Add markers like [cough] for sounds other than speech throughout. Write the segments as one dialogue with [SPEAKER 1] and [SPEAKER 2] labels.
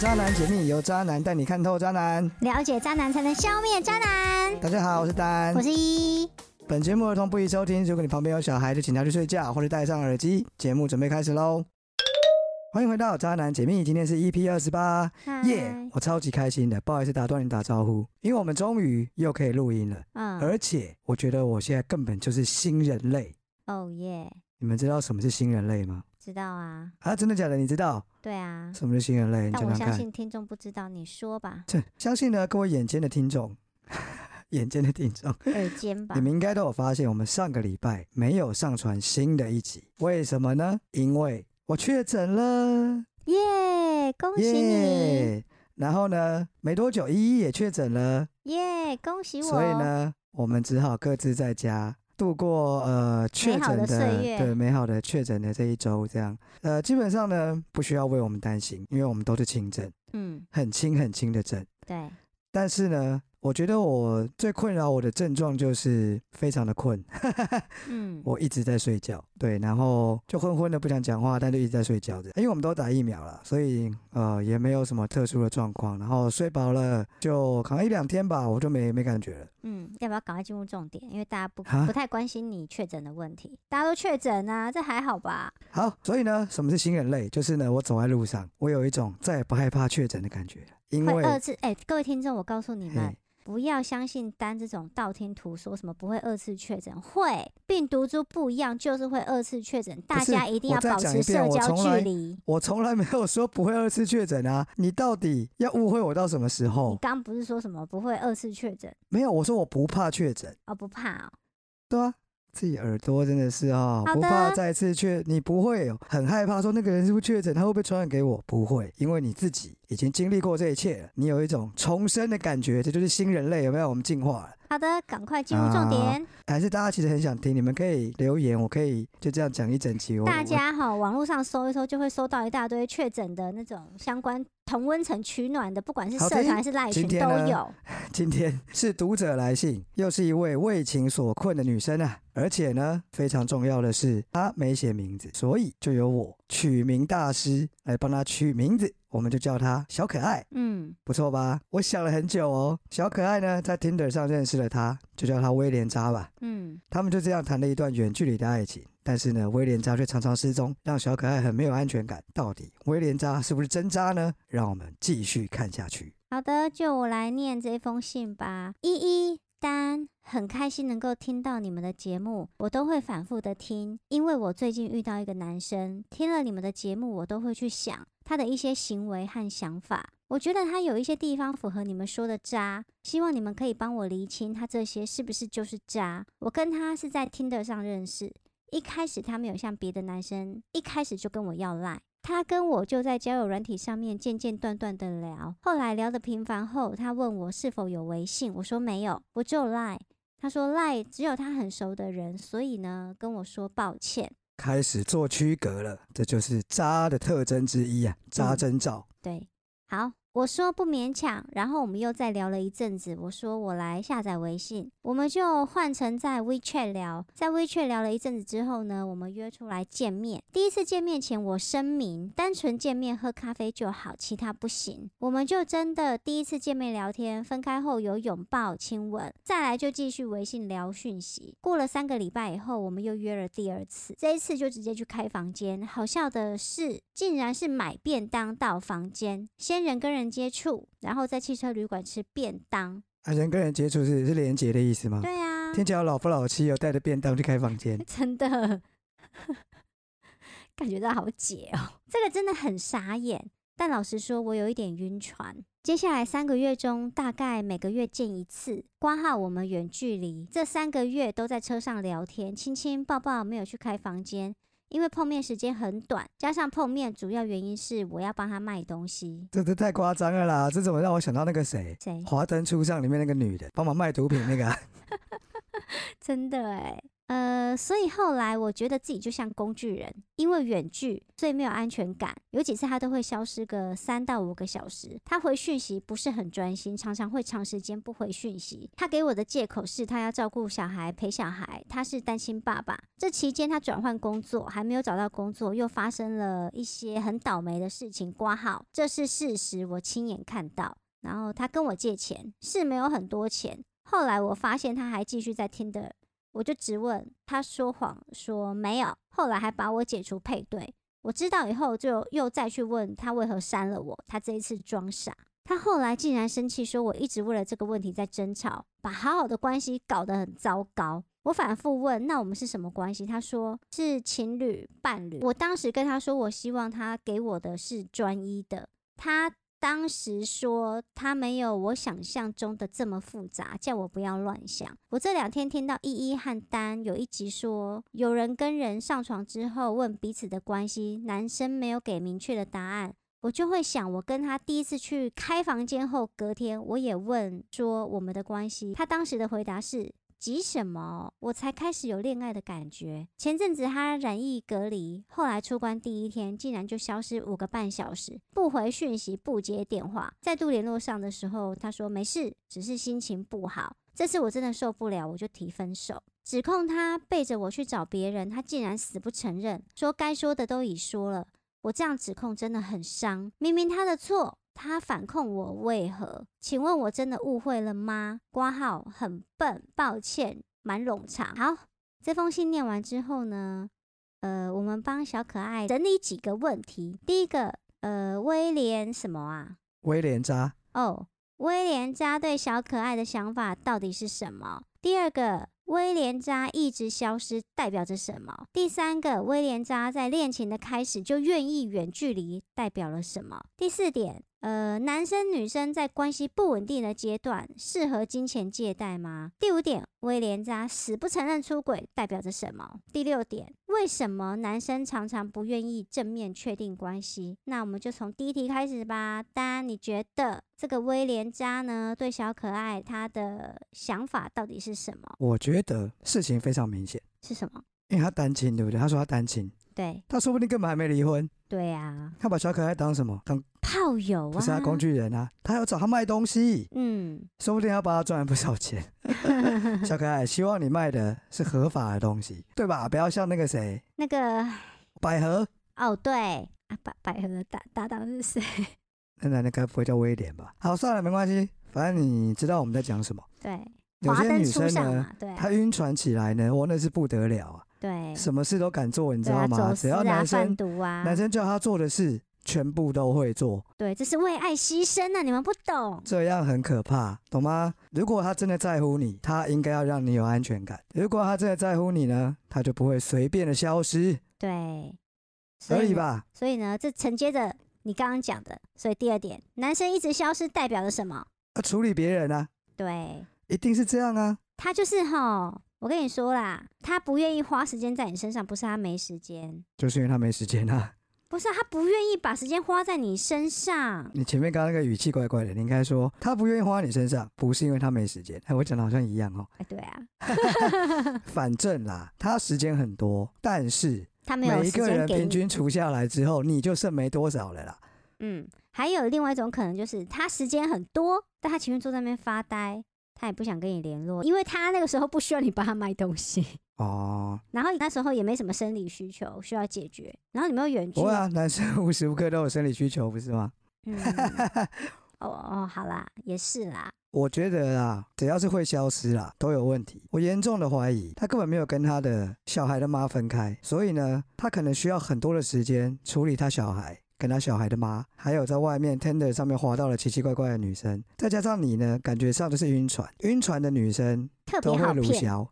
[SPEAKER 1] 渣男解密，由渣男带你看透渣男。
[SPEAKER 2] 了解渣男才能消灭渣男。
[SPEAKER 1] 大家好，我是丹
[SPEAKER 2] 我。是一，
[SPEAKER 1] 本节目儿童不宜收听，如果你旁边有小孩，就请他去睡觉或者戴上耳机。节目准备开始喽！欢迎回到《渣男解密》，今天是 EP 二十八，耶！我超级开心的，不好意思打断你打招呼，因为我们终于又可以录音了，
[SPEAKER 2] 嗯，
[SPEAKER 1] 而且我觉得我现在根本就是新人类。
[SPEAKER 2] 哦耶，
[SPEAKER 1] 你们知道什么是新人类吗？
[SPEAKER 2] 知道啊，
[SPEAKER 1] 啊，真的假的？你知道
[SPEAKER 2] 对啊，
[SPEAKER 1] 什么是新人类？你
[SPEAKER 2] 但
[SPEAKER 1] 讲
[SPEAKER 2] 我
[SPEAKER 1] 讲
[SPEAKER 2] 相
[SPEAKER 1] 看。，
[SPEAKER 2] 信听众不知道，你说吧
[SPEAKER 1] 这相信呢，各位眼尖的听众， [laughs] 眼尖的听众，
[SPEAKER 2] 耳尖吧
[SPEAKER 1] 哎你，们应该都有发现，我们上个礼拜没有上传新的一集，为什么呢？因为我确诊了，
[SPEAKER 2] 耶，恭喜你，！
[SPEAKER 1] 然后呢，没多久依依也确诊了，
[SPEAKER 2] 耶，恭喜我，
[SPEAKER 1] 所以呢，我们只好各自在家度过呃确诊
[SPEAKER 2] 美好的岁月
[SPEAKER 1] 对美好的确诊的这一周，这样呃基本上呢不需要为我们担心，因为我们都是轻症，
[SPEAKER 2] 嗯，
[SPEAKER 1] 很轻很轻的症。
[SPEAKER 2] 对，
[SPEAKER 1] 但是呢，我觉得我最困扰我的症状就是非常的困，
[SPEAKER 2] 嗯，
[SPEAKER 1] 我一直在睡觉，对，然后就昏昏的不想讲话，但就一直在睡觉的。因为我们都打疫苗了，所以呃也没有什么特殊的状况，然后睡饱了就可能一两天吧，我就没没感觉了。
[SPEAKER 2] 嗯，要不要赶快进入重点？因为大家不
[SPEAKER 1] 啊
[SPEAKER 2] 不太关心你确诊的问题，大家都确诊啊，这还好吧？
[SPEAKER 1] 好，所以呢，什么是新人类？就是呢，我走在路上，我有一种再也不害怕确诊的感觉了，因
[SPEAKER 2] 会
[SPEAKER 1] 为
[SPEAKER 2] 二次，哎、各位听众，我告诉你们
[SPEAKER 1] 嘿，
[SPEAKER 2] 不要相信单这种道听途说，什么不会二次确诊，会病毒株不一样，就是会二次确诊，大
[SPEAKER 1] 是
[SPEAKER 2] 家一定
[SPEAKER 1] 我
[SPEAKER 2] 要
[SPEAKER 1] 再
[SPEAKER 2] 保
[SPEAKER 1] 讲
[SPEAKER 2] 持
[SPEAKER 1] 一遍
[SPEAKER 2] 社
[SPEAKER 1] 我
[SPEAKER 2] 交
[SPEAKER 1] 从来
[SPEAKER 2] 距离。
[SPEAKER 1] 我从来没有说不会二次确诊啊！你到底要误会我到什么时
[SPEAKER 2] 你
[SPEAKER 1] 候？
[SPEAKER 2] 刚不是说什么不会二次确诊
[SPEAKER 1] 没有，我说我不怕确诊。
[SPEAKER 2] 哦？不怕哦，
[SPEAKER 1] 对啊，自己耳朵真的是哦，
[SPEAKER 2] 好的啊
[SPEAKER 1] 不怕再次确，你不会哦，很害怕说那个人是不是确诊，他会不会传染给我？不会，因为你自己已经经历过这一切了，你有一种重生的感觉，这就是新人类，有没有？我们进化了。
[SPEAKER 2] 好的，赶快进入重
[SPEAKER 1] 啊
[SPEAKER 2] 点。
[SPEAKER 1] 还是大家其实很想听，你们可以留言，我可以就这样讲一整集。我
[SPEAKER 2] 大家哈，网络上搜一搜，就会搜到一大堆确诊的那种相关同温层取暖的，不管是
[SPEAKER 1] 好
[SPEAKER 2] 社
[SPEAKER 1] 的
[SPEAKER 2] 团还是赖
[SPEAKER 1] 今
[SPEAKER 2] 群
[SPEAKER 1] 天呢
[SPEAKER 2] 都有。
[SPEAKER 1] 我 [laughs] 今天 [laughs] 是读者来信，又是一位为情所困的女生啊，而且呢，非常重要的是她没写名字，所以就由我取名大师来帮她取名字，我们就叫她小可爱。
[SPEAKER 2] 嗯，
[SPEAKER 1] 不错吧？我想了很久哦。小可爱呢，在 Tinder 上认识了他，就叫他威廉渣吧。
[SPEAKER 2] 嗯，
[SPEAKER 1] 他们就这样谈了一段远距离的爱情。但是呢，威廉渣却常常失踪，让小可爱很没有安全感。到底威廉渣是不是真渣呢？让我们继续看下去。
[SPEAKER 2] 好的，就我来念这封信吧。一一丹，很开心能够听到你们的节目，我都会反复的听，因为我最近遇到一个男生，听了你们的节目，我都会去想他的一些行为和想法。我觉得他有一些地方符合你们说的渣，希望你们可以帮我厘清他这些是不是就是渣。我跟他是在 Tinder 上认识，一开始他没有像别的男生一开始就跟我要赖，他跟我就在交友软体上面间间断断的聊，后来聊得频繁后，他问我是否有微信，我说没有，我只有赖。他说赖只有他很熟的人，所以呢跟我说抱歉。
[SPEAKER 1] 开始做区隔了，这就是渣的特征之一啊，
[SPEAKER 2] 嗯
[SPEAKER 1] 渣征兆。
[SPEAKER 2] 对，好，我说不勉强，然后我们又再聊了一阵子。我说我来下载微信，我们就换成在 WeChat 聊。在 WeChat 聊了一阵子之后呢，我们约出来见面。第一次见面前，我声明单纯见面喝咖啡就好，其他不行。我们就真的第一次见面聊天，分开后有拥抱、亲吻，再来就继续微信聊讯息。过了三个礼拜以后，我们又约了第二次，这一次就直接去开房间。好笑的是，竟然是买便当到房间，先人跟人接触，然后在汽车旅馆吃便当。
[SPEAKER 1] 啊，人跟人接触是是连结的意思吗？
[SPEAKER 2] 对啊，，
[SPEAKER 1] 听起来好老夫老妻有带着便当去开房间
[SPEAKER 2] [laughs] 真的感觉到好解哦，这个真的很傻眼。但老实说，我有一点晕船。接下来三个月中，大概每个月见一次，挂号我们远距离。这三个月都在车上聊天，亲亲抱抱，没有去开房间，因为碰面时间很短，加上碰面主要原因是我要帮他卖东西。
[SPEAKER 1] 这这太夸张了啦！这怎么让我想到那个谁，
[SPEAKER 2] 谁？
[SPEAKER 1] 《华灯初上》里面那个女的，帮忙卖毒品那个啊、
[SPEAKER 2] 真的哎，呃，所以后来我觉得自己就像工具人，因为远距，所以没有安全感。有几次他都会消失个三到五个小时，他回讯息不是很专心，常常会长时间不回讯息。他给我的借口是他要照顾小孩、陪小孩，他是单亲爸爸。这期间他转换工作，还没有找到工作，又发生了一些很倒霉的事情，挂号，这是事实，我亲眼看到。然后他跟我借钱，是没有很多钱。后来我发现他还继续在听的我就直问他说谎，说没有，后来还把我解除配对。我知道以后就又再去问他为何删了我，他这一次装傻。他后来竟然生气说我一直为了这个问题在争吵，把好好的关系搞得很糟糕。我反复问那我们是什么关系，他说是情侣伴侣。我当时跟他说我希望他给我的是专一的，他。当时说他没有我想象中的这么复杂，叫我不要乱想。我这两天听到依依和丹有一集说，有人跟人上床之后问彼此的关系，男生没有给明确的答案，我就会想，我跟他第一次去开房间后，隔天我也问说我们的关系，他当时的回答是。急什么？我才开始有恋爱的感觉。前阵子他染疫隔离，后来出关第一天竟然就消失五个半小时，不回讯息，不接电话。再度联络上的时候，他说没事，只是心情不好。这次我真的受不了，我就提分手，指控他背着我去找别人，他竟然死不承认，说该说的都已说了。我这样指控真的很伤，明明他的错。他反控我为何？请问我真的误会了吗？挂号很笨，抱歉，蛮冗长。好，这封信念完之后呢，呃，我们帮小可爱整理几个问题。第一个，呃，威廉什么啊？
[SPEAKER 1] 威廉渣，
[SPEAKER 2] 哦，威廉渣对小可爱的想法到底是什么？第二个，威廉渣一直消失代表着什么？第三个，威廉渣在恋情的开始就愿意远距离代表了什么？第四点，呃，男生女生在关系不稳定的阶段适合金钱借贷吗？第五点，威廉渣死不承认出轨代表着什么？第六点，为什么男生常常不愿意正面确定关系？那我们就从第一题开始吧。丹，你觉得这个威廉渣呢，对小可爱他的想法到底是什么？
[SPEAKER 1] 我觉得事情非常明显，
[SPEAKER 2] 是什么？
[SPEAKER 1] 因为他单亲，对不对？他说他单亲，
[SPEAKER 2] 对
[SPEAKER 1] 他说不定根本还没离婚，
[SPEAKER 2] 对啊，
[SPEAKER 1] 他把小可爱当什么？当
[SPEAKER 2] 炮友啊，
[SPEAKER 1] 不是他工具人啊？他要找他卖东西，
[SPEAKER 2] 嗯，
[SPEAKER 1] 说不定要帮他赚了不少
[SPEAKER 2] [laughs]
[SPEAKER 1] 钱。小可爱，希望你卖的是合法的东西，对吧？不要像那个谁，
[SPEAKER 2] 那个
[SPEAKER 1] 百合，
[SPEAKER 2] 哦，对啊，百百合的搭搭档是谁？ [laughs]
[SPEAKER 1] 那男的该不会叫威廉吧？好，算了，没关系，反正你知道我们在讲什么。
[SPEAKER 2] 对，
[SPEAKER 1] 有
[SPEAKER 2] 华
[SPEAKER 1] 些
[SPEAKER 2] 灯
[SPEAKER 1] 女
[SPEAKER 2] 初
[SPEAKER 1] 生
[SPEAKER 2] 上
[SPEAKER 1] 呢，
[SPEAKER 2] 嘛，对啊
[SPEAKER 1] 她晕船起来呢，哇，那是不得了啊，
[SPEAKER 2] 对，
[SPEAKER 1] 什么事都敢做，你知
[SPEAKER 2] 对
[SPEAKER 1] 道
[SPEAKER 2] 啊，
[SPEAKER 1] 吗？
[SPEAKER 2] 走
[SPEAKER 1] 只
[SPEAKER 2] 私
[SPEAKER 1] 要
[SPEAKER 2] 啊，
[SPEAKER 1] 男
[SPEAKER 2] 贩
[SPEAKER 1] 生
[SPEAKER 2] 毒啊，
[SPEAKER 1] 男生叫她做的事，全部都会做，
[SPEAKER 2] 对，这是为爱牺牲啊，你们不懂。
[SPEAKER 1] 这样很可怕，懂吗？如果他真的在乎你，他应该要让你有安全感。如果他真的在乎你呢，他就不会随便的消失，
[SPEAKER 2] 对，所
[SPEAKER 1] 可以
[SPEAKER 2] 呢？
[SPEAKER 1] 吧？
[SPEAKER 2] 所以呢，这承接着你刚刚讲的，所以第二点，男生一直消失代表了什么？
[SPEAKER 1] 要处理别人啊，
[SPEAKER 2] 对
[SPEAKER 1] 一定是这样啊。
[SPEAKER 2] 他就是吼，我跟你说啦，他不愿意花时间在你身上，不是他没时间，
[SPEAKER 1] 就是因为他没时间啊。 [laughs]
[SPEAKER 2] 不是啊他不愿意把时间花在你身上。
[SPEAKER 1] 你前面刚刚那个语气怪怪的，你应该说他不愿意花你身上，不是因为他没时间。哎，我讲的好像一样
[SPEAKER 2] [laughs]
[SPEAKER 1] 哦。
[SPEAKER 2] 哎，对啊，
[SPEAKER 1] 反正啦，他时间很多，但是
[SPEAKER 2] 他没有
[SPEAKER 1] 每
[SPEAKER 2] 时
[SPEAKER 1] 一个人
[SPEAKER 2] 间给
[SPEAKER 1] 平
[SPEAKER 2] 你。
[SPEAKER 1] 均除下来之后，你就剩没多少了啦。
[SPEAKER 2] 嗯，还有另外一种可能就是他时间很多，但他情愿坐在那边发呆，他也不想跟你联络，因为他那个时候不需要你帮他卖东西。 [laughs]
[SPEAKER 1] 哦，
[SPEAKER 2] 然后那时候也没什么生理需求需要解决，然后你没有远距
[SPEAKER 1] 不，会啊，男生无时无刻都有生理需求，不是吗？ [laughs]
[SPEAKER 2] 嗯，哦哦，好啦，也是啦，
[SPEAKER 1] 我觉得啊，只要是会消失啦，都有问题。我严重的怀疑他根本没有跟他的小孩的妈分开，所以呢，他可能需要很多的时间处理他小孩。跟他小孩的妈，还有在外面 Tinder 上面滑到了奇奇怪怪的女生，再加上你呢，感觉上就是晕船，晕船的女生
[SPEAKER 2] 特别
[SPEAKER 1] 都会
[SPEAKER 2] 好
[SPEAKER 1] 鲁
[SPEAKER 2] 骗
[SPEAKER 1] 小，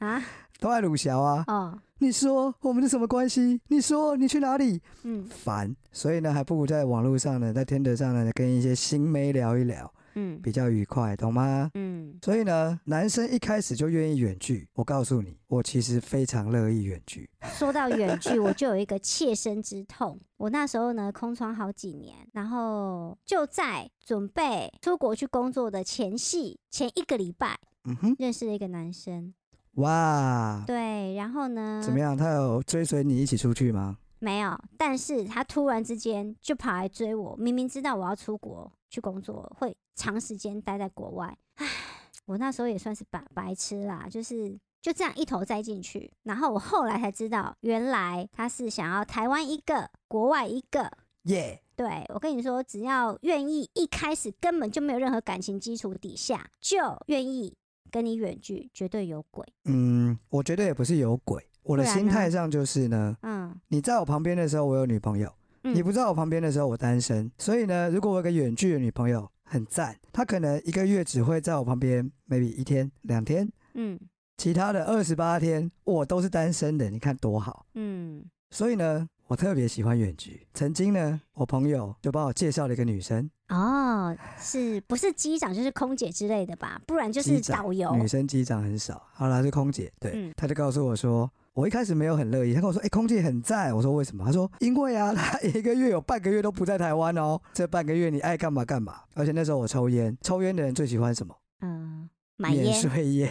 [SPEAKER 2] 啊，
[SPEAKER 1] 都爱鲁小啊。
[SPEAKER 2] 哦，
[SPEAKER 1] 你说我们是什么关系？你说你去哪里？
[SPEAKER 2] 嗯
[SPEAKER 1] 烦，所以呢，还不如在网络上呢，在 Tinder 上呢，跟一些新妹聊一聊，
[SPEAKER 2] 嗯
[SPEAKER 1] 比较愉快，懂吗？
[SPEAKER 2] 嗯，
[SPEAKER 1] 所以呢，男生一开始就愿意远距。我告诉你，我其实非常乐意远距。
[SPEAKER 2] 说到远距，我就有一个切身之痛，我那时候呢空窗好几年，然后就在准备出国去工作的前夕前一个礼拜，
[SPEAKER 1] 嗯哼，
[SPEAKER 2] 认识了一个男生，
[SPEAKER 1] 哇，
[SPEAKER 2] 对，啊然后呢？
[SPEAKER 1] 啊怎么样？他有追随你一起出去吗？
[SPEAKER 2] 没有，但是他突然之间就跑来追我，明明知道我要出国去工作，会长时间待在国外。唉，我那时候也算是白白痴啦，就是就这样一头栽进去。然后我后来才知道，原来他是想要台湾一个，国外一个。
[SPEAKER 1] 耶、
[SPEAKER 2] 对我跟你说，只要愿意，一开始根本就没有任何感情基础底下，就愿意跟你远距，绝对有鬼。
[SPEAKER 1] 嗯，我觉得也不是有鬼。我的
[SPEAKER 2] 不然
[SPEAKER 1] 心
[SPEAKER 2] 呢
[SPEAKER 1] 态上就是呢，
[SPEAKER 2] 嗯
[SPEAKER 1] 你在我旁边的时候，我有女朋友；
[SPEAKER 2] 嗯
[SPEAKER 1] 你不在我旁边的时候，我单身。所以呢，如果我有个远距的女朋友，很赞，她可能一个月只会在我旁边，maybe 一天、两天，
[SPEAKER 2] 嗯
[SPEAKER 1] 其他的二十八天我都是单身的，你看多好。
[SPEAKER 2] 嗯
[SPEAKER 1] 所以呢，我特别喜欢远距。曾经呢，我朋友就帮我介绍了一个女生，
[SPEAKER 2] 哦，是不是机长就是空姐之类的吧？不然就
[SPEAKER 1] 机
[SPEAKER 2] 是
[SPEAKER 1] 长
[SPEAKER 2] 导游。
[SPEAKER 1] 女生机长很少，好啦，是空姐。对，
[SPEAKER 2] 嗯
[SPEAKER 1] 她就告诉我说。我一开始没有很乐意，她跟我说：“哎、空姐很赞。”我说：“为什么？”她说：“因为啊，她 [laughs] 一个月有半个月都不在台湾哦，这半个月你爱干嘛干嘛。”而且那时候我抽烟，抽烟的人最喜欢什么？
[SPEAKER 2] 嗯，买
[SPEAKER 1] 免
[SPEAKER 2] 烟。
[SPEAKER 1] 税
[SPEAKER 2] [laughs]
[SPEAKER 1] 烟。